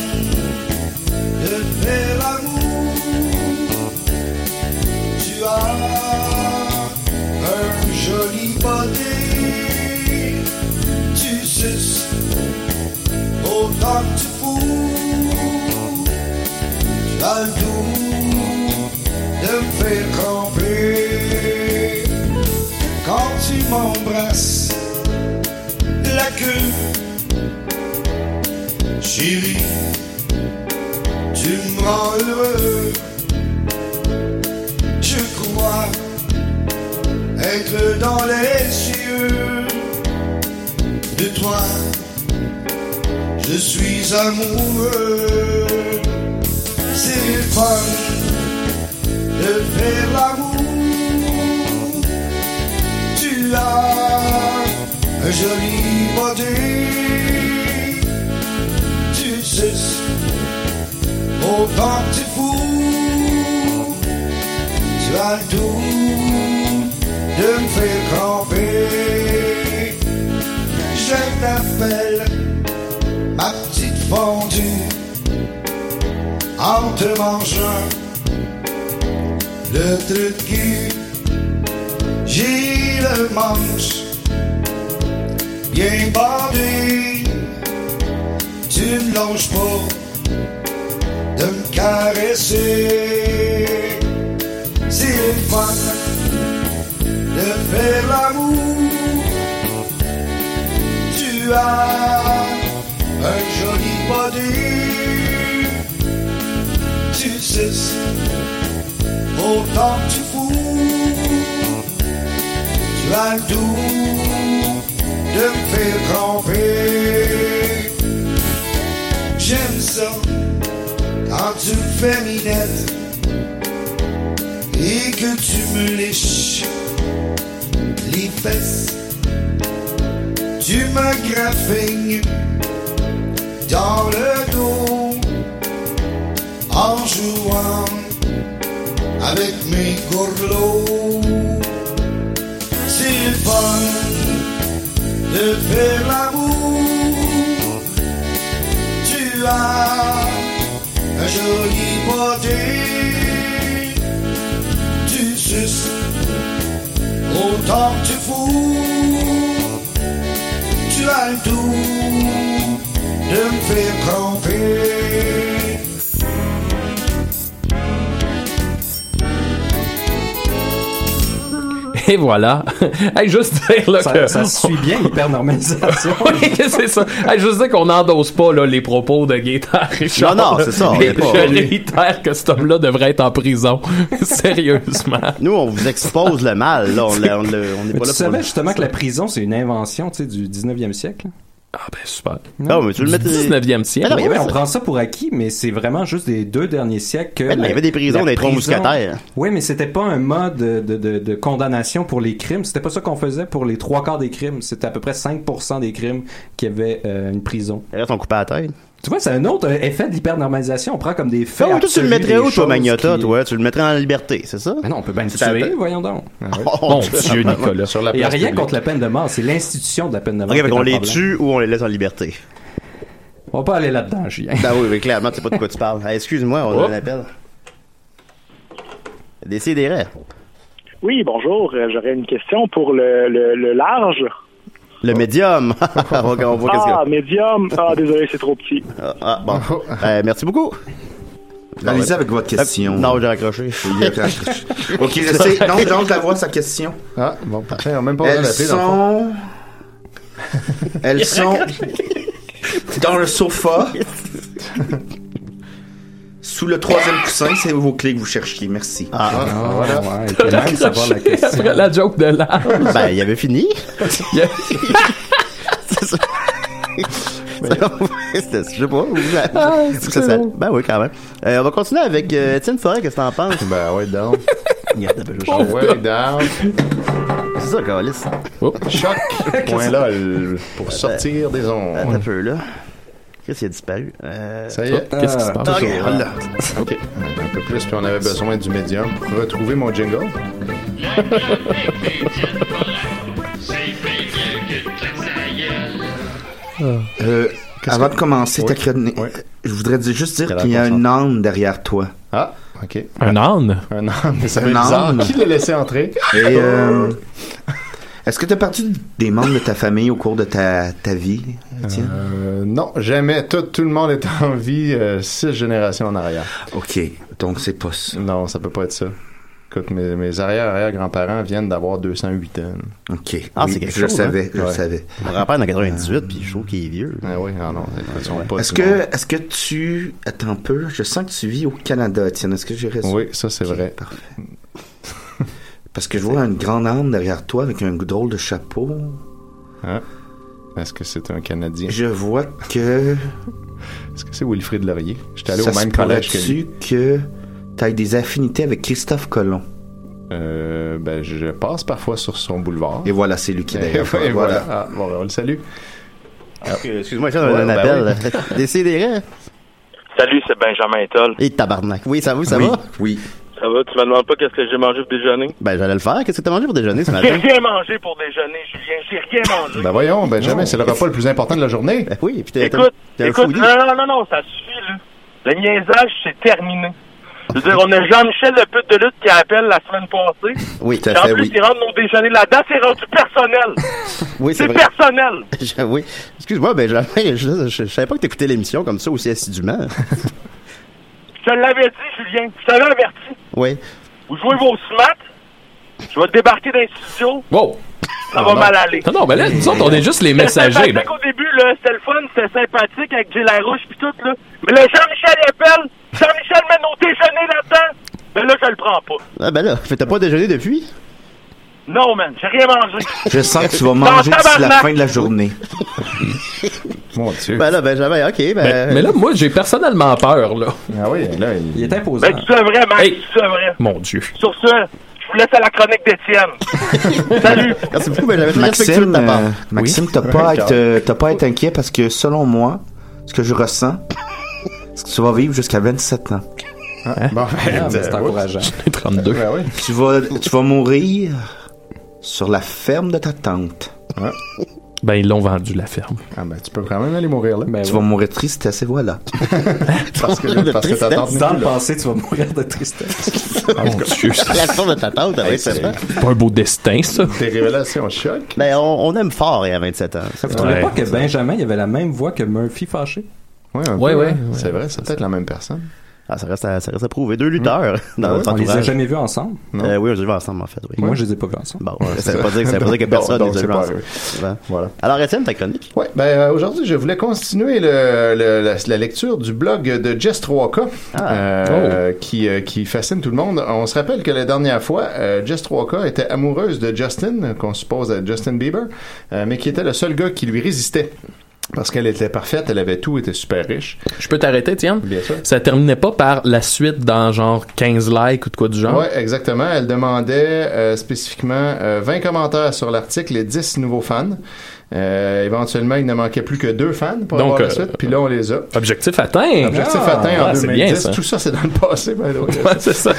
Speaker 8: de faire l'amour. Tu as un joli body. Tu suces autant que tu peux. Tu as le goût de me faire camper. tu m'embrasses la queue. Chérie, tu me rends heureux. Je crois être dans les cieux de toi. Je suis amoureux. C'est le fun de faire l'amour. Tu as un joli body. Tu suces autant que tu fous. Tu as le tout de me faire cramper. Je t'appelle ma petite fondue en te mangeant le truc cul. J'ai le manche bien bandé. Tu ne longes pas de me caresser. C'est le fun de faire l'amour. Tu as un joli body. Tu suces autant que tu fous. Tu as le doux de me faire camper. J'aime ça quand tu me fais minette et que tu me lèches les fesses. Tu me graffines dans le dos en jouant avec mes gourlots. C'est le fun de faire l'amour. Tu as un joli body. Tu suces autant que tu fous. Tu as le tout de me faire camper.
Speaker 4: <laughs> Et voilà. Hey, juste dire là,
Speaker 6: Ça-
Speaker 4: que
Speaker 6: ça suit bien l'hypernormalisation.
Speaker 4: <laughs> oui, c'est ça. Hey, juste dire qu'on n'endosse pas là, les propos de Gaétan Richard.
Speaker 3: Non, non, c'est ça, on
Speaker 4: Et
Speaker 3: est pas-
Speaker 4: je réitère que cet homme-là devrait être en prison. <laughs> Sérieusement.
Speaker 3: Nous, on vous expose le mal, là. On l'a- on l'a- on n'est
Speaker 6: Mais
Speaker 3: pas là pour.
Speaker 6: tu savais justement que la prison, c'est une invention tu sais, du 19e siècle?
Speaker 4: Ah ben super.
Speaker 3: Ah, mais tu le
Speaker 6: Du
Speaker 3: mets-
Speaker 6: 19e siècle.
Speaker 3: Mais non, mais
Speaker 6: Oui,
Speaker 3: ça-
Speaker 6: on prend ça pour acquis, mais c'est vraiment juste des deux derniers siècles que...
Speaker 3: Mais non, il y avait des prisons,
Speaker 6: la
Speaker 3: des trois
Speaker 6: prison-
Speaker 3: mousquetaires.
Speaker 6: Oui, mais c'était pas un mode de, de- de- de condamnation pour les crimes. C'était pas ça qu'on faisait pour les trois quarts des crimes. C'était à peu près 5% des crimes qui avaient euh, une prison.
Speaker 3: Reste, on coupait la tête.
Speaker 6: Tu vois, c'est un autre euh, effet de l'hypernormalisation. On prend comme des faits.
Speaker 3: Comment toi, tu le
Speaker 6: absolus
Speaker 3: mettrais
Speaker 6: des
Speaker 3: où, toi,
Speaker 6: choses
Speaker 3: Magnota,
Speaker 6: qui- Ben
Speaker 3: toi? Tu le mettrais en liberté, c'est ça? Ah, Mais
Speaker 6: non, on peut bien le tuer, voyons donc.
Speaker 3: Mon Oh, <laughs> Dieu, Nicolas. Sur la
Speaker 6: Ah, Il n'y a
Speaker 3: place
Speaker 6: rien
Speaker 3: publique.
Speaker 6: contre la peine de mort, c'est l'institution de la peine de mort.
Speaker 3: Ok,
Speaker 6: qui
Speaker 3: fait
Speaker 6: est
Speaker 3: qu'on
Speaker 6: un
Speaker 3: les
Speaker 6: problème.
Speaker 3: tue ou on les laisse en liberté.
Speaker 6: On va pas aller là-dedans, Julien.
Speaker 3: Ben oui, mais clairement, tu sais pas de quoi tu parles. Ah, Excuse-moi, on a
Speaker 6: Oh.
Speaker 3: un appel. Décidérez.
Speaker 14: Oui, bonjour. Euh, J'aurais une question pour le, le, le large.
Speaker 3: Le médium. <laughs> on va on voit qu'est-ce
Speaker 14: ah,
Speaker 3: que.
Speaker 14: médium. Ah, désolé, c'est trop petit.
Speaker 3: Ah, ah, bon. Euh, merci beaucoup. Euh,
Speaker 7: Allez-y avec votre question.
Speaker 3: Non, j'ai raccroché.
Speaker 7: Il a
Speaker 3: <laughs>
Speaker 7: raccroché. ok, je sais. Non, donc, la voix, sa question.
Speaker 10: Ah, bon, putain, on n'a même pas besoin
Speaker 7: Elles
Speaker 10: d'appeler dans le fond.
Speaker 7: sont. <laughs> Elles sont. dans le sofa. Sous le troisième coussin, c'est vos clés que vous cherchiez. Merci.
Speaker 3: Ah,
Speaker 6: Ah, voilà. ouais, il peut même savoir la question.
Speaker 4: Après la joke de là.
Speaker 3: Ben, il avait
Speaker 10: <laughs>
Speaker 3: fini.
Speaker 4: Il y a-
Speaker 3: C'était- je sais pas. où ça-
Speaker 4: Ah,
Speaker 3: où
Speaker 4: c'est
Speaker 3: ça-
Speaker 4: drôle.
Speaker 3: Ben oui, quand même. Euh, on va continuer avec euh, Étienne Forêt, qu'est-ce que t'en penses? Ben ouais, <laughs> down.
Speaker 10: Ah, Ouais, down.
Speaker 3: C'est ça, Calis. <laughs>
Speaker 10: Choc. Point lol. Pour sortir des ondes.
Speaker 3: Attends un peu, là. Qu'est-ce qui a disparu? Euh,
Speaker 10: Ça y est.
Speaker 3: Qu'est-ce qui se passe? Ok,
Speaker 10: Toujours.
Speaker 3: <laughs> voilà.
Speaker 10: Ok. Un peu plus, puis on avait besoin du médium pour retrouver mon jingle.
Speaker 6: <laughs>
Speaker 7: Euh, avant de commencer ta
Speaker 10: Ah. Oui.
Speaker 7: chronique, je voudrais dire- juste dire
Speaker 10: Quelle
Speaker 7: qu'il y a
Speaker 10: raconte
Speaker 7: un âne derrière toi.
Speaker 10: Ah, ok.
Speaker 4: Un âne?
Speaker 10: Un âne, mais ça fait
Speaker 7: Un
Speaker 10: bizarre.
Speaker 7: âne.
Speaker 10: Qui l'a laissé entrer? Oh.
Speaker 7: Et euh, est-ce que tu as perdu des membres de ta famille au cours de ta, ta vie? Étienne?
Speaker 10: Euh, non, jamais. Tout, tout le monde est en vie euh, six générations en arrière.
Speaker 7: OK. Donc, c'est pas ça.
Speaker 10: Non, ça peut pas être ça. Écoute, mes, mes arrière-arrière-grands-parents viennent d'avoir 208 ans.
Speaker 7: OK.
Speaker 3: Ah, c'est quelque chose.
Speaker 7: Je savais,
Speaker 3: hein?
Speaker 7: je
Speaker 3: Ouais.
Speaker 7: savais.
Speaker 3: Mon grand-père est en 98, puis je trouve qu'il est vieux.
Speaker 10: Ah oui, ah non. Ils sont pas
Speaker 7: Est-ce
Speaker 10: tout le
Speaker 7: que, est-ce que tu. Attends un peu, je sens que tu vis au Canada, tiens. Est-ce que j'ai raison?
Speaker 10: Oui, ça c'est vrai. <laughs>
Speaker 7: Parfait. Parce que je vois une grande âme derrière toi avec un drôle de chapeau.
Speaker 10: Ah. Est-ce que c'est un Canadien?
Speaker 7: Je vois que.
Speaker 10: <laughs> Est-ce que c'est Wilfrid Laurier? J'étais allé
Speaker 7: ça
Speaker 10: au même
Speaker 7: se
Speaker 10: collège que lui.
Speaker 7: pourrait-tu que tu as des affinités avec Christophe Colomb?
Speaker 10: Euh, ben, je passe parfois sur son boulevard.
Speaker 7: Et voilà, c'est lui qui est
Speaker 10: <laughs> Et
Speaker 7: derrière toi,
Speaker 10: voilà.
Speaker 7: voilà.
Speaker 10: Ah, bon, ben, on le salue. ben
Speaker 3: Excuse-moi, j'ai un appel. <laughs> Décidérez.
Speaker 15: Salut, c'est Benjamin Toll.
Speaker 3: Et tabarnak. Oui, ça va, ça va?
Speaker 7: Oui.
Speaker 15: Ça va, tu me demandes pas qu'est-ce que j'ai mangé pour déjeuner?
Speaker 3: Ben, j'allais le faire. Qu'est-ce que t'as mangé pour déjeuner ce
Speaker 15: J'ai
Speaker 3: matin?
Speaker 15: rien mangé pour déjeuner, Julien, j'ai rien mangé.
Speaker 10: Ben voyons, Benjamin, c'est le repas le plus important de la journée.
Speaker 3: Ben oui,
Speaker 15: Écoute, écoute, non, non, non, non, ça suffit, là. Le niaisage, c'est terminé. Je veux dire, on a Jean-Michel le pute de lutte qui appelle la semaine passée.
Speaker 3: Oui,
Speaker 15: Et
Speaker 3: tout à
Speaker 15: en
Speaker 3: fait,
Speaker 15: plus,
Speaker 3: oui.
Speaker 15: ils rendent nos déjeuners là-dedans, c'est rendu personnel.
Speaker 3: <laughs> Oui, c'est
Speaker 15: c'est
Speaker 3: vrai.
Speaker 15: personnel.
Speaker 3: Je- <laughs> oui. Excuse-moi, Benjamin, <laughs> je, je, je savais pas que t'écoutais l'émission comme ça aussi assidûment. <laughs>
Speaker 15: Je te l'avais dit, Julien. Je t'avais averti.
Speaker 3: oui.
Speaker 15: Vous jouez vos smats, je vais débarquer dans les studios.
Speaker 4: Wow!
Speaker 15: Ça
Speaker 4: Non,
Speaker 15: va
Speaker 4: non.
Speaker 15: mal aller.
Speaker 4: Non, non, mais là, nous autres, on est juste les
Speaker 15: C'était
Speaker 4: messagers.
Speaker 15: sympathique au début, là, c'était le fun, c'était sympathique avec Gilles Larouche pis tout, là. Mais là, Jean-Michel appelle, Jean-Michel met nos déjeuners là-dedans. Mais là, je le prends pas.
Speaker 3: Ah, ben là, fait, t'as pas déjeuné depuis? <laughs>
Speaker 15: Non, man, j'ai rien mangé.
Speaker 7: Je sens que tu vas
Speaker 15: Dans
Speaker 7: manger d'ici la
Speaker 15: tabarnak.
Speaker 7: fin de la journée.
Speaker 10: Mon Dieu.
Speaker 3: Ben là, Benjamin, ok, ben.
Speaker 4: Mais, mais là, moi, j'ai personnellement peur, là.
Speaker 10: Ah oui, là, il,
Speaker 4: est imposant.
Speaker 15: Ben, tu sais vrai, Max, tu sais vrai.
Speaker 4: Mon Dieu.
Speaker 15: Sur ce, je vous laisse à la chronique d'Étienne. Salut.
Speaker 3: Merci beaucoup, Benjamin. Très respectueux ben, de
Speaker 7: Maxime,
Speaker 3: ta part.
Speaker 7: euh, Maxime, t'as pas, à être, euh, t'as pas à être inquiet parce que selon moi, ce que je ressens, c'est que tu vas vivre jusqu'à 27 ans.
Speaker 3: Hein?
Speaker 10: Bon, <laughs> ben,
Speaker 7: Ah, ben,
Speaker 10: euh,
Speaker 7: c'est encourageant.
Speaker 10: oups.
Speaker 4: 32.
Speaker 10: <laughs> Ben oui.
Speaker 7: Tu vas, tu vas mourir sur la ferme de ta tante.
Speaker 4: Ben, ils l'ont vendu, la ferme.
Speaker 10: Ah, ben, tu peux quand même aller mourir là.
Speaker 7: tu vas mourir triste, et voilà.
Speaker 10: Parce que- De parce que ta tante tristesse. n'est
Speaker 6: Dans
Speaker 10: plus
Speaker 6: le
Speaker 10: là.
Speaker 6: passé, tu vas mourir de
Speaker 3: <laughs>
Speaker 6: tristesse.
Speaker 4: Ah, Mon Dieu.
Speaker 3: La forme de ta tante, oui, c'est vrai.
Speaker 4: C'est pas un beau destin, ça.
Speaker 10: Tes révélations choc.
Speaker 3: Ben, on, on aime fort, et à 27 ans.
Speaker 6: Vous trouvez pas que Benjamin il avait la même voix que Murphy fâché?
Speaker 10: Oui, un
Speaker 6: Ouais,
Speaker 10: peu,
Speaker 6: ouais,
Speaker 10: hein.
Speaker 6: ouais.
Speaker 10: C'est vrai, c'est peut-être la même personne.
Speaker 3: Ah, ça reste à, ça reste à prouver. Deux lutteurs dans notre
Speaker 6: On les a
Speaker 3: entourage.
Speaker 6: jamais vus ensemble.
Speaker 3: Euh, oui, on les a vus ensemble, en fait. oui.
Speaker 6: Moi, je les ai pas vus ensemble.
Speaker 3: Bon, ça veut pas dire, ça veut pas dire que personne
Speaker 10: <laughs> Donc,
Speaker 3: les a
Speaker 10: c'est
Speaker 3: vus
Speaker 10: pas
Speaker 3: ensemble.
Speaker 10: arrivé.
Speaker 3: Voilà.
Speaker 10: Voilà.
Speaker 3: Alors, Étienne, ta chronique?
Speaker 10: Oui, ben euh, aujourd'hui, je voulais continuer le- le- la, la lecture du blog de Jess 3K
Speaker 4: Ah.
Speaker 10: euh,
Speaker 4: Oh.
Speaker 10: qui, euh, qui fascine tout le monde. On se rappelle que la dernière fois, euh, Jess 3K était amoureuse de Justin, qu'on suppose à Justin Bieber, euh, mais qui était le seul gars qui lui résistait. Parce qu'elle était parfaite, elle avait tout, était super riche.
Speaker 4: Je peux t'arrêter, Tiens?
Speaker 10: Bien sûr.
Speaker 4: Ça terminait pas par la suite dans genre 15 likes ou de quoi du genre.
Speaker 10: Ouais, exactement. Elle demandait euh, spécifiquement euh, 20 commentaires sur l'article et 10 nouveaux fans. Euh, éventuellement, il ne manquait plus que deux fans pour
Speaker 4: Donc,
Speaker 10: avoir
Speaker 4: euh,
Speaker 10: la suite. Puis là, on les a.
Speaker 4: Objectif atteint.
Speaker 10: Objectif
Speaker 4: Ah,
Speaker 10: atteint en
Speaker 4: ah, c'est
Speaker 10: 2010.
Speaker 4: bien, ça. <laughs>
Speaker 10: Tout ça, c'est dans le passé. Ben, donc, euh,
Speaker 4: c'est ça.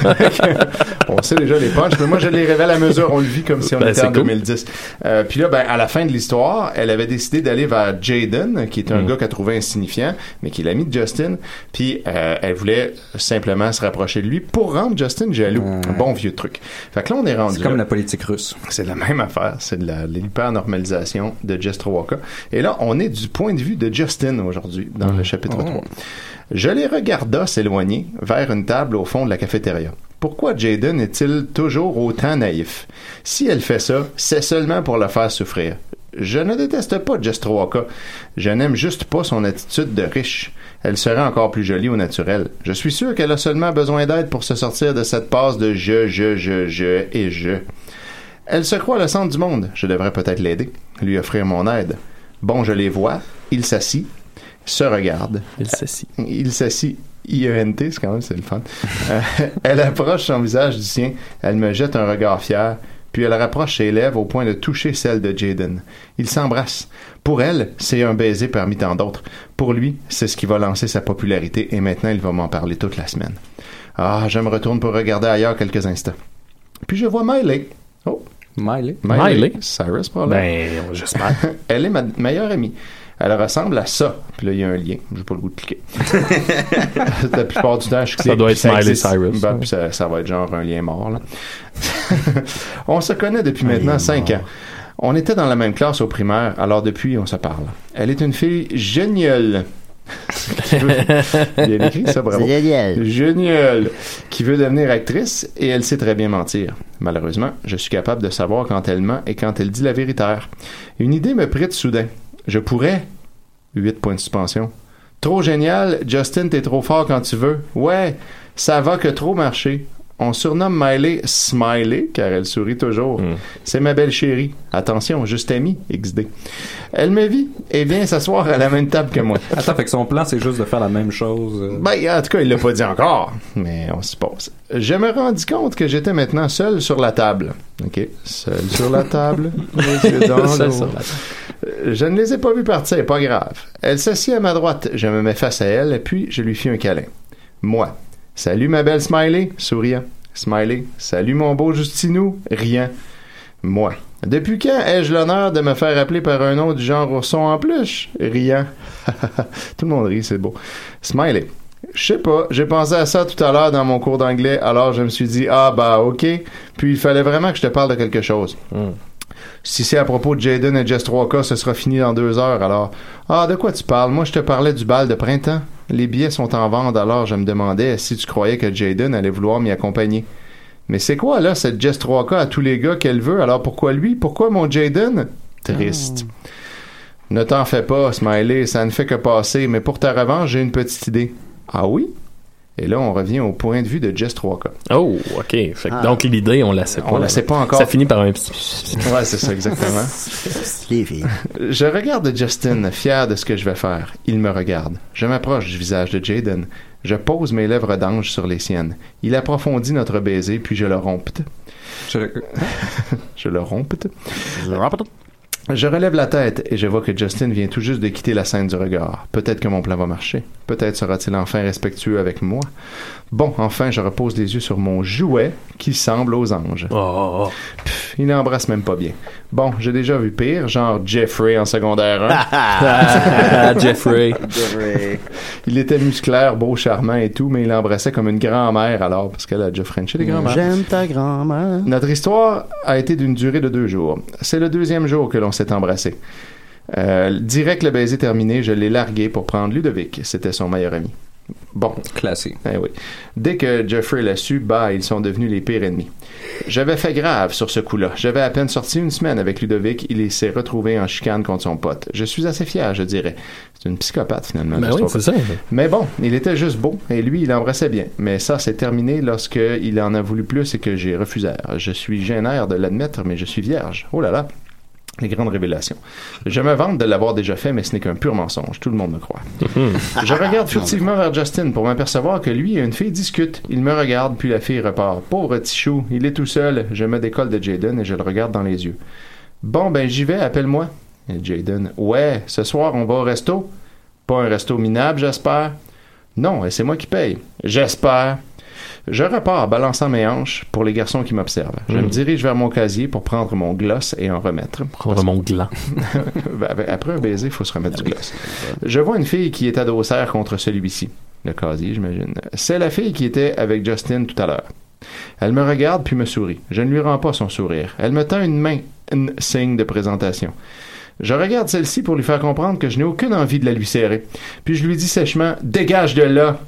Speaker 10: on sait déjà les punchs, mais moi, je les révèle à mesure. On le vit comme si on
Speaker 4: Ben,
Speaker 10: était
Speaker 4: c'est
Speaker 10: en
Speaker 4: cool.
Speaker 10: 2010. Euh, puis là, ben, à la fin de l'histoire, elle avait décidé d'aller vers Jaden, qui
Speaker 6: Mm.
Speaker 10: est un gars qu'elle trouvait insignifiant, mais qui est l'ami de Justin. Puis euh, elle voulait simplement se rapprocher de lui pour rendre Justin jaloux. Un Bon vieux truc. Fait que là, on est rendu.
Speaker 6: C'est comme
Speaker 10: là.
Speaker 6: la politique russe.
Speaker 10: C'est la même affaire, c'est de la- de l'hyper-normalisation de Jess Trowaka. Et là, on est du point de vue de Justin aujourd'hui, dans
Speaker 6: Mm.
Speaker 10: le chapitre
Speaker 6: Oh.
Speaker 10: 3. Je les regarda s'éloigner vers une table au fond de la cafétéria. Pourquoi Jaden est-il toujours autant naïf? Si elle fait ça, c'est seulement pour le faire souffrir. Je ne déteste pas Jess Trowaka. Je n'aime juste pas son attitude de riche. Elle serait encore plus jolie au naturel. Je suis sûr qu'elle a seulement besoin d'aide pour se sortir de cette passe de je, je, je, je et je. Elle se croit le centre du monde. Je devrais peut-être l'aider, lui offrir mon aide. Bon, je les vois. Il s'assit, se regarde. Euh,
Speaker 4: Il s'assit.
Speaker 10: Il s'assit. IENT, c'est quand même c'est le fun. Euh, <laughs> elle approche son visage du sien. Elle me jette un regard fier. Puis elle rapproche ses lèvres au point de toucher celle de Jaden. Ils s'embrassent. Pour elle, c'est un baiser parmi tant d'autres. Pour lui, c'est ce qui va lancer sa popularité et maintenant il va m'en parler toute la semaine. Ah, je me retourne pour regarder ailleurs quelques instants. Puis je vois Miley. Oh,
Speaker 6: Miley.
Speaker 10: Miley. Cyrus, probablement.
Speaker 4: Ben, j'espère.
Speaker 10: <laughs> Elle est ma meilleure amie. Elle ressemble à ça. Puis là, il y a un lien. J'ai pas le goût
Speaker 4: <laughs>
Speaker 10: de cliquer. la plupart du temps, je clique.
Speaker 4: Ça doit
Speaker 10: puis
Speaker 4: être Miley
Speaker 10: existe.
Speaker 4: Cyrus.
Speaker 10: Ben, puis ça, ça va être genre un lien mort. là. <laughs> on se connaît depuis maintenant cinq ans. On était dans la même classe au primaire, alors depuis, on se parle. Elle est une fille géniale. <laughs> Bien écrit, ça, bravo.
Speaker 3: C'est génial.
Speaker 10: Génial. Qui veut devenir actrice et elle sait très bien mentir. Malheureusement, je suis capable de savoir quand elle ment et quand elle dit la véritaire. Une idée me prête soudain. Je pourrais. 8 points de suspension. Trop génial, Justin, t'es trop fort quand tu veux. Ouais, ça va que trop marcher. On surnomme Miley Smiley car elle sourit toujours.
Speaker 6: Hmm.
Speaker 10: C'est ma belle chérie. Attention, juste amie, XD. Elle me vit et vient s'asseoir à la même table que moi.
Speaker 6: <laughs> Attends, fait que son plan, c'est juste de faire la même chose. euh.
Speaker 10: Ben, en tout cas, il l'a pas dit encore, mais on suppose. Je me rendis compte que j'étais maintenant seul sur la table. OK, seul sur
Speaker 4: <laughs>
Speaker 10: la table.
Speaker 7: <laughs>
Speaker 10: les yeux dans
Speaker 4: Seul
Speaker 10: l'eau.
Speaker 4: sur la table.
Speaker 10: Euh, Je ne les ai pas vus partir, pas grave. Elle s'assit à ma droite, je me mets face à elle, puis je lui fis un câlin. Moi. Salut ma belle Smiley, souriant. Smiley. Salut mon beau Justinou, riant. Moi. Depuis quand ai-je l'honneur de me faire appeler par un nom du genre ourson en peluche? Riant. <laughs> tout le monde rit, c'est beau. Smiley. Je sais pas, j'ai pensé à ça tout à l'heure dans mon cours d'anglais, alors je me suis dit, ah bah ok, puis il fallait vraiment que je te parle de quelque chose. Si c'est à propos de Jaden et Jess 3K, ce sera fini dans deux heures, alors. Ah, de quoi tu parles? Moi, je te parlais du bal de printemps. Les billets sont en vente, alors je me demandais si tu croyais que Jaden allait vouloir m'y accompagner. Mais c'est quoi, là, cette Jess 3K à tous les gars qu'elle veut, alors pourquoi lui? Pourquoi mon Jaden? Triste.
Speaker 4: Ah.
Speaker 10: Ne t'en fais pas, Smiley, ça ne fait que passer, mais pour ta revanche, j'ai une petite idée. Ah oui? Et là, on revient au point de vue de Jess 3K.
Speaker 4: Oh, ok. Fait que
Speaker 10: Ah.
Speaker 4: Donc l'idée, on la sait pas.
Speaker 10: On la sait pas encore.
Speaker 4: Ça finit par un petit.
Speaker 10: Ouais, c'est ça, exactement. Je regarde Justin, fier de ce que je vais faire. Il me regarde. Je m'approche du visage de Jaden. Je pose mes lèvres d'ange sur les siennes. Il approfondit notre baiser, puis je le rompte. Je, <laughs> le rompte. Je relève la tête et je vois que Justin vient tout juste de quitter la scène du regard. Peut-être que mon plan va marcher. Peut-être sera-t-il enfin respectueux avec moi. Bon, enfin, je repose les yeux sur mon jouet qui semble aux anges. Pff, il n'embrasse même pas bien. Bon, j'ai déjà vu pire, genre Jeffrey en secondaire <laughs> 1.
Speaker 4: Jeffrey.
Speaker 10: Il était musclaire, beau, charmant et tout, mais il l'embrassait comme une grand-mère alors, parce qu'elle a déjà Frenché des grand-mères.
Speaker 3: J'aime ta grand-mère.
Speaker 10: Notre histoire a été d'une durée de deux jours. C'est le deuxième jour que l'on s'est embrassé. Euh, direct le baiser terminé, je l'ai largué pour prendre Ludovic. C'était son meilleur ami. Bon. Classé. oui. Dès que Jeffrey l'a su, bah, ils sont devenus les pires ennemis. J'avais fait grave sur ce coup-là. J'avais à peine sorti une semaine avec Ludovic. Il s'est retrouvé en chicane contre son pote. Je suis assez fier, je dirais. C'est une psychopathe, finalement.
Speaker 4: Ben
Speaker 10: cette
Speaker 4: oui,
Speaker 10: histoire.
Speaker 4: c'est ça.
Speaker 10: Mais bon, il était juste beau et lui, il embrassait bien. Mais ça, c'est terminé lorsque il en a voulu plus et que j'ai refusé. Je suis gênère de l'admettre, mais je suis vierge. Oh là là. Les grandes révélations. Je me vante de l'avoir déjà fait, mais ce n'est qu'un pur mensonge. Tout le monde me croit.
Speaker 3: <laughs>
Speaker 10: Je regarde furtivement vers Justin pour m'apercevoir que lui et une fille discutent. Il me regarde, puis la fille repart. Pauvre petit chou, il est tout seul. Je me décolle de Jaden et je le regarde dans les yeux. Bon, ben j'y vais, appelle-moi. Et Jaden, ouais, ce soir on va au resto. Pas un resto minable, j'espère. Non, et c'est moi qui paye. J'espère. Je repars balançant mes hanches pour les garçons qui m'observent. Je
Speaker 4: Mm.
Speaker 10: me dirige vers mon casier pour prendre mon gloss et en remettre.
Speaker 4: Prendre mon gland.
Speaker 10: <laughs> Ben, ben, Après un baiser, il faut se remettre du glace. Je vois une fille qui est adversaire contre celui-ci. Le casier, j'imagine. C'est la fille qui était avec Justin tout à l'heure. Elle me regarde puis me sourit. Je ne lui rends pas son sourire. Elle me tend une main, un signe de présentation. Je regarde celle-ci pour lui faire comprendre que je n'ai aucune envie de la lui serrer. Puis je lui dis sèchement Dégage de là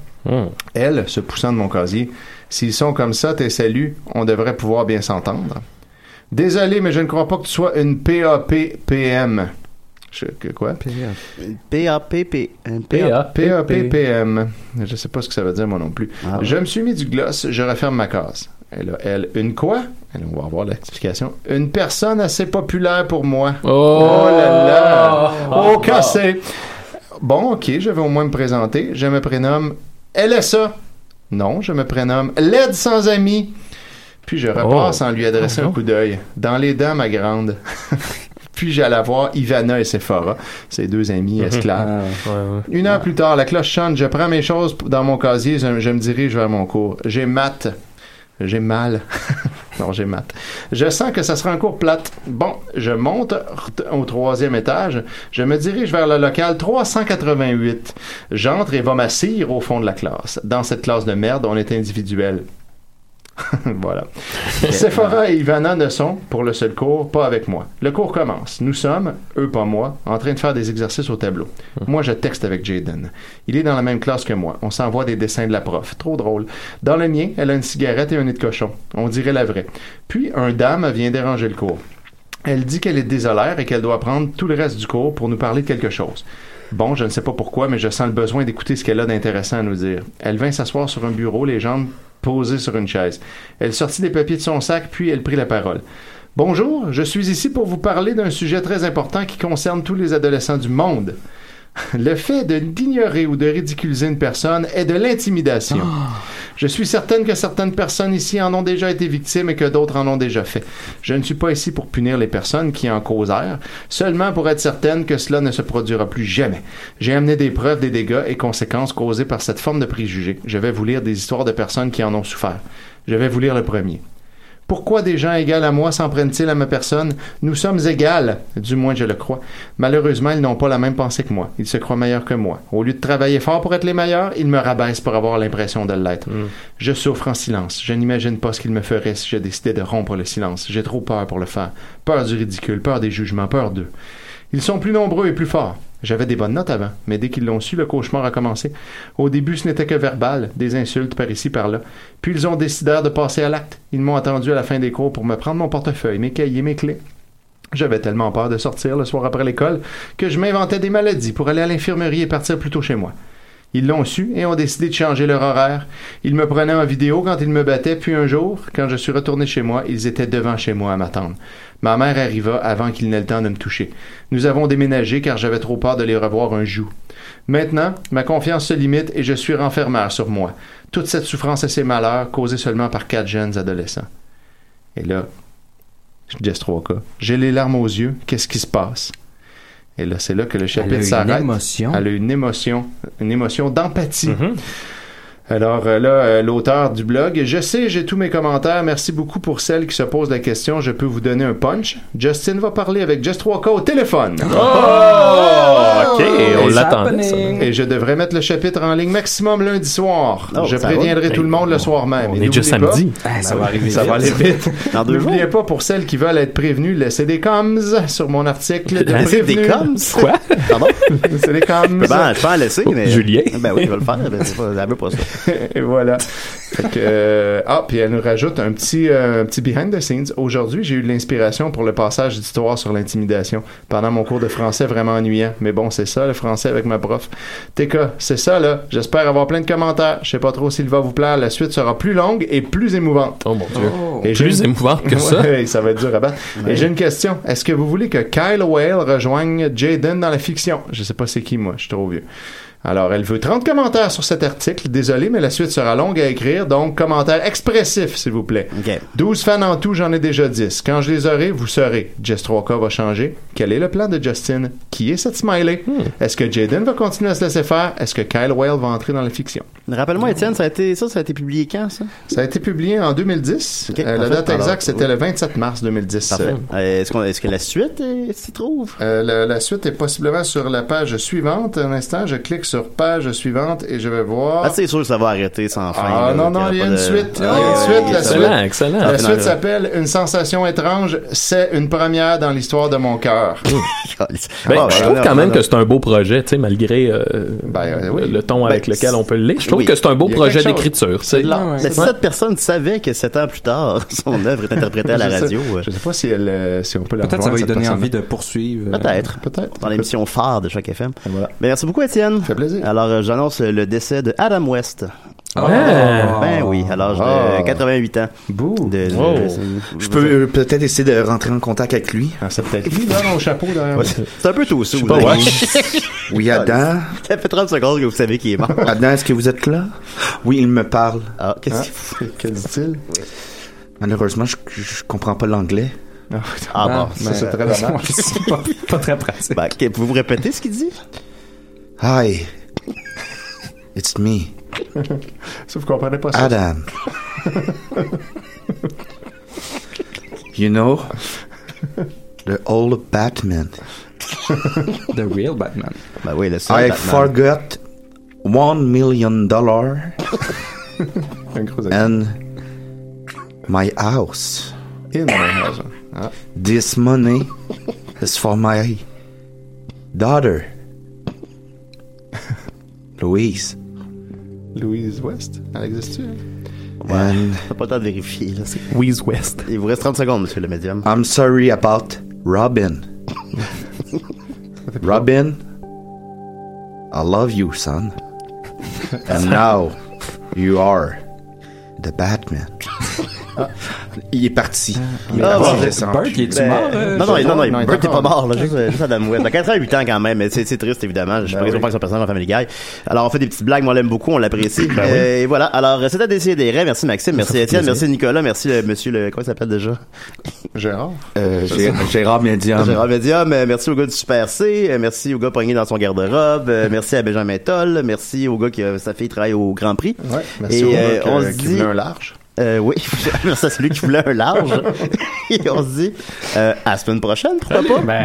Speaker 10: Elle, se poussant de mon casier, S'ils sont comme ça, tes saluts, on devrait pouvoir bien s'entendre. Désolé, mais je ne crois pas que tu sois une PAPPM. Je, que quoi?
Speaker 3: P-A-P-P.
Speaker 10: PAPPM. Je sais pas ce que ça veut dire, moi non plus. Je me suis mis du gloss, je referme ma case. Elle a, elle, une quoi? Elle, on va avoir l'explication. Une personne assez populaire pour moi. Oh, là là! Oh, cassé! Bon, ok, je vais au moins me présenter. Je me prénomme LSA. Non, je me prénomme L'aide sans amis. Puis je repasse en lui adressant un coup d'œil. Dans les dents, ma grande. <laughs> Puis j'allais voir Ivana et Sephora, ses deux amis esclaves. Une heure plus tard, la cloche chante, je prends mes choses p- dans mon casier, je, je me dirige vers mon cours. J'ai maths. J'ai mal. <laughs> non, j'ai maths. Je sens que ça sera un cours plate. Bon, je monte rt- au troisième étage. Je me dirige vers le local 388. J'entre et va m'assire au fond de la classe. Dans cette classe de merde, on est individuel. <laughs> voilà. Sephora et Ivana ne sont, pour le seul cours, pas avec moi. Le cours commence. Nous sommes, eux pas moi, en train de faire des exercices au tableau. Moi, je texte avec Jaden. Il est dans la même classe que moi. On s'envoie des dessins de la prof. Trop drôle. Dans le mien, elle a une cigarette et un nez de cochon. On dirait la vraie. Puis, un dame vient déranger le cours. Elle dit qu'elle est désolée et qu'elle doit prendre tout le reste du cours pour nous parler de quelque chose. Bon, je ne sais pas pourquoi, mais je sens le besoin d'écouter ce qu'elle a d'intéressant à nous dire. Elle vint s'asseoir sur un bureau, les jambes posées sur une chaise. Elle sortit des papiers de son sac, puis elle prit la parole. Bonjour, je suis ici pour vous parler d'un sujet très important qui concerne tous les adolescents du monde. <laughs> Le fait de- d'ignorer ou de ridiculiser une personne est de l'intimidation. Je suis certaine que certaines personnes ici en ont déjà été victimes et que d'autres en ont déjà fait. Je ne suis pas ici pour punir les personnes qui en causèrent, seulement pour être certaine que cela ne se produira plus jamais. J'ai amené des preuves des dégâts et conséquences causés par cette forme de préjugés. Je vais vous lire des histoires de personnes qui en ont souffert. Je vais vous lire le premier. Pourquoi des gens égaux à moi s'en prennent-ils à ma personne Nous sommes égales, du moins je le crois. Malheureusement, ils n'ont pas la même pensée que moi. Ils se croient meilleurs que moi. Au lieu de travailler fort pour être les meilleurs, ils me rabaissent pour avoir l'impression de l'être. Je souffre en silence. Je n'imagine pas ce qu'ils me feraient si je décidais de rompre le silence. J'ai trop peur pour le faire. Peur du ridicule, peur des jugements, peur d'eux. Ils sont plus nombreux et plus forts. J'avais des bonnes notes avant, mais dès qu'ils l'ont su, le cauchemar a commencé. Au début, ce n'était que verbal, des insultes par ici, par là. Puis ils ont décidé de passer à l'acte. Ils m'ont attendu à la fin des cours pour me prendre mon portefeuille, mes cahiers, mes clés. J'avais tellement peur de sortir le soir après l'école que je m'inventais des maladies pour aller à l'infirmerie et partir plus tôt chez moi. Ils l'ont su et ont décidé de changer leur horaire. Ils me prenaient en vidéo quand ils me battaient, puis un jour, quand je suis retourné chez moi, ils étaient devant chez moi à m'attendre. Ma mère arriva avant qu'ils n'aient le temps de me toucher. Nous avons déménagé car j'avais trop peur de les revoir un jour. Maintenant, ma confiance se limite et je suis renfermère sur moi. Toute cette souffrance et ces malheurs causés seulement par quatre jeunes adolescents. Et là, Just 3K. J'ai les larmes aux yeux. Qu'est-ce qui se passe? Et là, c'est là que le
Speaker 6: Elle a
Speaker 10: chapitre
Speaker 6: une
Speaker 10: s'arrête.
Speaker 6: émotion.
Speaker 10: Elle a une émotion. Une émotion d'empathie.
Speaker 4: Mm-hmm.
Speaker 10: Alors euh, là, euh, l'auteur du blog. Je sais, j'ai tous mes commentaires. Merci beaucoup pour celles qui se posent la question. Je peux vous donner un punch. Justin va parler avec Just 3K au téléphone.
Speaker 4: Oh! OK, on
Speaker 10: It's
Speaker 4: l'attendait, ça.
Speaker 10: happening. Et je devrais mettre le chapitre en ligne maximum lundi soir.
Speaker 4: Oh,
Speaker 10: je
Speaker 4: ça
Speaker 10: préviendrai
Speaker 4: va.
Speaker 10: tout le monde le soir même.
Speaker 4: on
Speaker 10: Et
Speaker 4: est déjà
Speaker 10: n'oubliez
Speaker 4: samedi.
Speaker 10: pas-
Speaker 4: Ah, ça va arriver
Speaker 10: Ça va aller
Speaker 4: vite.
Speaker 3: <laughs>
Speaker 10: vite.
Speaker 4: Dans deux
Speaker 10: N'oubliez pas, pour celles qui veulent être prévenues, laissez des coms sur mon article de
Speaker 3: Laissez des coms?
Speaker 10: prévenus.
Speaker 3: Quoi?
Speaker 10: Pardon? Laissez des coms.
Speaker 3: Je peux en- je peux en laisser, mais-
Speaker 10: Oh, Julien?
Speaker 3: Ben oui, je vais le faire, mais c'est pas- elle veut pas ça.
Speaker 10: <laughs> Et voilà. Fait que, euh, ah, puis elle nous rajoute un petit, euh, un petit behind the scenes. Aujourd'hui, j'ai eu de l'inspiration pour le passage d'histoire sur l'intimidation pendant mon cours de français vraiment ennuyant. Mais bon, c'est ça, le français avec ma prof. TK, c'est ça, là. J'espère avoir plein de commentaires. Je sais pas trop s'il va vous plaire. La suite sera plus longue et plus émouvante. Oh mon
Speaker 4: Dieu. Plus émouvante
Speaker 10: <laughs>
Speaker 4: que ça?
Speaker 10: Ouais, ça va être dur à battre.
Speaker 4: Ouais.
Speaker 10: Et j'ai une question. Est-ce que vous voulez que Kyle Whale rejoigne Jaden dans la fiction? Je sais pas c'est qui, moi. Je suis trop vieux. Alors, elle veut 30 commentaires sur cet article. Désolé, mais la suite sera longue à écrire, donc commentaires expressifs, s'il vous plaît. 12 fans en tout, j'en ai déjà 10. Quand je les aurai, vous saurez. Jess 3K va changer. Quel est le plan de Justin? Qui est cette smiley?
Speaker 3: Hmm.
Speaker 10: Est-ce que Jaden va continuer à se laisser faire? Est-ce que Kyle Whale va entrer dans la fiction?
Speaker 3: Rappelle-moi, Étienne, ça a été, ça, ça a été publié quand, ça?
Speaker 10: Ça a été publié en 2010. Euh, la
Speaker 3: parfait.
Speaker 10: date
Speaker 3: Alors,
Speaker 10: exacte, c'était
Speaker 3: oui.
Speaker 10: le 27 mars 2010.
Speaker 3: Parfait.
Speaker 10: Est-ce que la suite s'y trouve? Euh, la, la suite est possiblement sur la page suivante. Un instant, je clique sur page suivante et je vais voir.
Speaker 3: Ah, c'est sûr que ça va arrêter sans fin.
Speaker 10: Ah
Speaker 3: là,
Speaker 10: non,
Speaker 3: qu'il
Speaker 10: non,
Speaker 3: aura
Speaker 10: il y a
Speaker 3: pas
Speaker 10: une
Speaker 3: de-
Speaker 10: suite. Il y
Speaker 3: Ah,
Speaker 10: a une
Speaker 3: ouais,
Speaker 10: suite, la
Speaker 3: excellent,
Speaker 10: suite.
Speaker 3: excellent.
Speaker 10: La
Speaker 3: Parfait,
Speaker 10: suite
Speaker 3: non,
Speaker 10: s'appelle Une sensation étrange, c'est une première dans l'histoire de mon <laughs> cœur.
Speaker 4: Ben,
Speaker 10: Ah,
Speaker 4: je
Speaker 10: ben,
Speaker 4: trouve
Speaker 10: non,
Speaker 4: quand même
Speaker 10: non,
Speaker 4: que
Speaker 10: non.
Speaker 4: c'est un beau projet, tu sais, malgré euh, le ton avec
Speaker 3: Ben,
Speaker 4: lequel on peut le lire. Je trouve
Speaker 3: oui.
Speaker 4: que c'est un beau
Speaker 3: Il y a
Speaker 4: projet
Speaker 3: quelque chose.
Speaker 4: d'écriture. tu sais.
Speaker 3: C'est de l'art.
Speaker 4: Ouais.
Speaker 3: Mais si
Speaker 4: Ouais.
Speaker 3: cette personne savait que sept ans plus tard, <laughs> son œuvre est interprétée à la
Speaker 10: Je sais-
Speaker 3: radio.
Speaker 10: Je sais pas si, elle, euh, si on peut la
Speaker 6: Peut-être ça va lui
Speaker 10: cette
Speaker 6: donner
Speaker 10: personne-là.
Speaker 6: envie de poursuivre. euh,
Speaker 3: Peut-être.
Speaker 10: Peut-être.
Speaker 3: Dans l'émission phare de chaque FM. Ben, merci beaucoup, Étienne. Ça fait
Speaker 10: plaisir.
Speaker 3: Alors, euh, j'annonce euh, le décès de Adam West.
Speaker 10: Ah.
Speaker 3: Ben oui, à l'âge
Speaker 7: Ah.
Speaker 3: de 88 ans. De- de-
Speaker 7: Oh.
Speaker 3: de- Ah,
Speaker 7: Je peux euh, peut-être essayer de rentrer en contact avec lui.
Speaker 10: c'est peut-être
Speaker 7: <laughs>
Speaker 10: lui, là, mon chapeau, derrière.
Speaker 3: C'est un peu tôt, ça.
Speaker 7: Je sais
Speaker 3: vous
Speaker 7: pas,
Speaker 3: <laughs> avez-
Speaker 7: ouais. <laughs>
Speaker 3: <laughs>
Speaker 7: Oui, Adam.
Speaker 3: Ça fait 30 secondes que vous savez qu'il est mort.
Speaker 7: Adam, est-ce que vous êtes là? Oui, il me parle.
Speaker 3: Ah,
Speaker 10: qu'est-ce que dit-il?
Speaker 7: Malheureusement, je, je comprends pas l'anglais.
Speaker 3: Ah, bon, ça, c'est très
Speaker 7: <laughs>
Speaker 3: dommage.
Speaker 7: c'est <laughs> pas,
Speaker 6: pas très pratique.
Speaker 3: Ben, que- Pouvez-vous répéter ce qu'il dit?
Speaker 7: Hi. It's me.
Speaker 10: Ça, vous comprenez pas ça?
Speaker 7: Adam. you know, the old Batman.
Speaker 6: the real <laughs> Batman.
Speaker 3: Bah oui, le
Speaker 6: seul
Speaker 7: I
Speaker 6: Batman.
Speaker 7: forgot one million dollar.
Speaker 10: Un gros
Speaker 7: and My house.
Speaker 10: In my house. Ah.
Speaker 7: This money is for my daughter. Louise.
Speaker 10: Louise West, elle existe-tu? elle?
Speaker 7: And
Speaker 3: T'as pas le temps de vérifier, là.
Speaker 4: Louise West.
Speaker 3: Il vous reste 30 secondes, monsieur le médium.
Speaker 7: I'm sorry about
Speaker 3: <laughs>
Speaker 7: Robin. Robin, I love you, son. And now you are the Batman. Il est parti. Il est
Speaker 3: Ah,
Speaker 7: parti
Speaker 3: bon.
Speaker 7: récent.
Speaker 3: Bert, il est-tu Ben, mort, euh, non, non, non, non, Bert est pas mort, là, juste, euh, juste Adam West. À 88 ans quand même, mais c'est c'est triste évidemment. Je suis pas
Speaker 7: oui.
Speaker 3: sûr que son personnage dans Family Guy. Alors on fait des petites blagues, moi on l'aime beaucoup, on l'apprécie.
Speaker 7: Ben
Speaker 3: Euh,
Speaker 7: oui.
Speaker 3: Et voilà. Alors c'était d'essayer des rêves. Merci Maxime, merci
Speaker 7: Ça fait
Speaker 3: Étienne,
Speaker 7: plaisir.
Speaker 3: merci Nicolas, merci le, monsieur le comment il s'appelle déjà
Speaker 10: Gérard.
Speaker 7: Euh, Gé- Gérard Médium.
Speaker 3: Gérard Medium. Euh, merci au gars du Super C. Euh, merci au gars pogné dans son garde-robe. Euh, merci à Benjamin Toll. Merci au gars qui euh, sa fille travaille au Grand Prix.
Speaker 10: Ouais, merci au gars que- qui voulait un large.
Speaker 3: Euh, oui, <laughs>
Speaker 10: <laughs> Ben,
Speaker 3: merci à celui qui voulait un large. Et on se dit euh, à la semaine prochaine, pourquoi pas?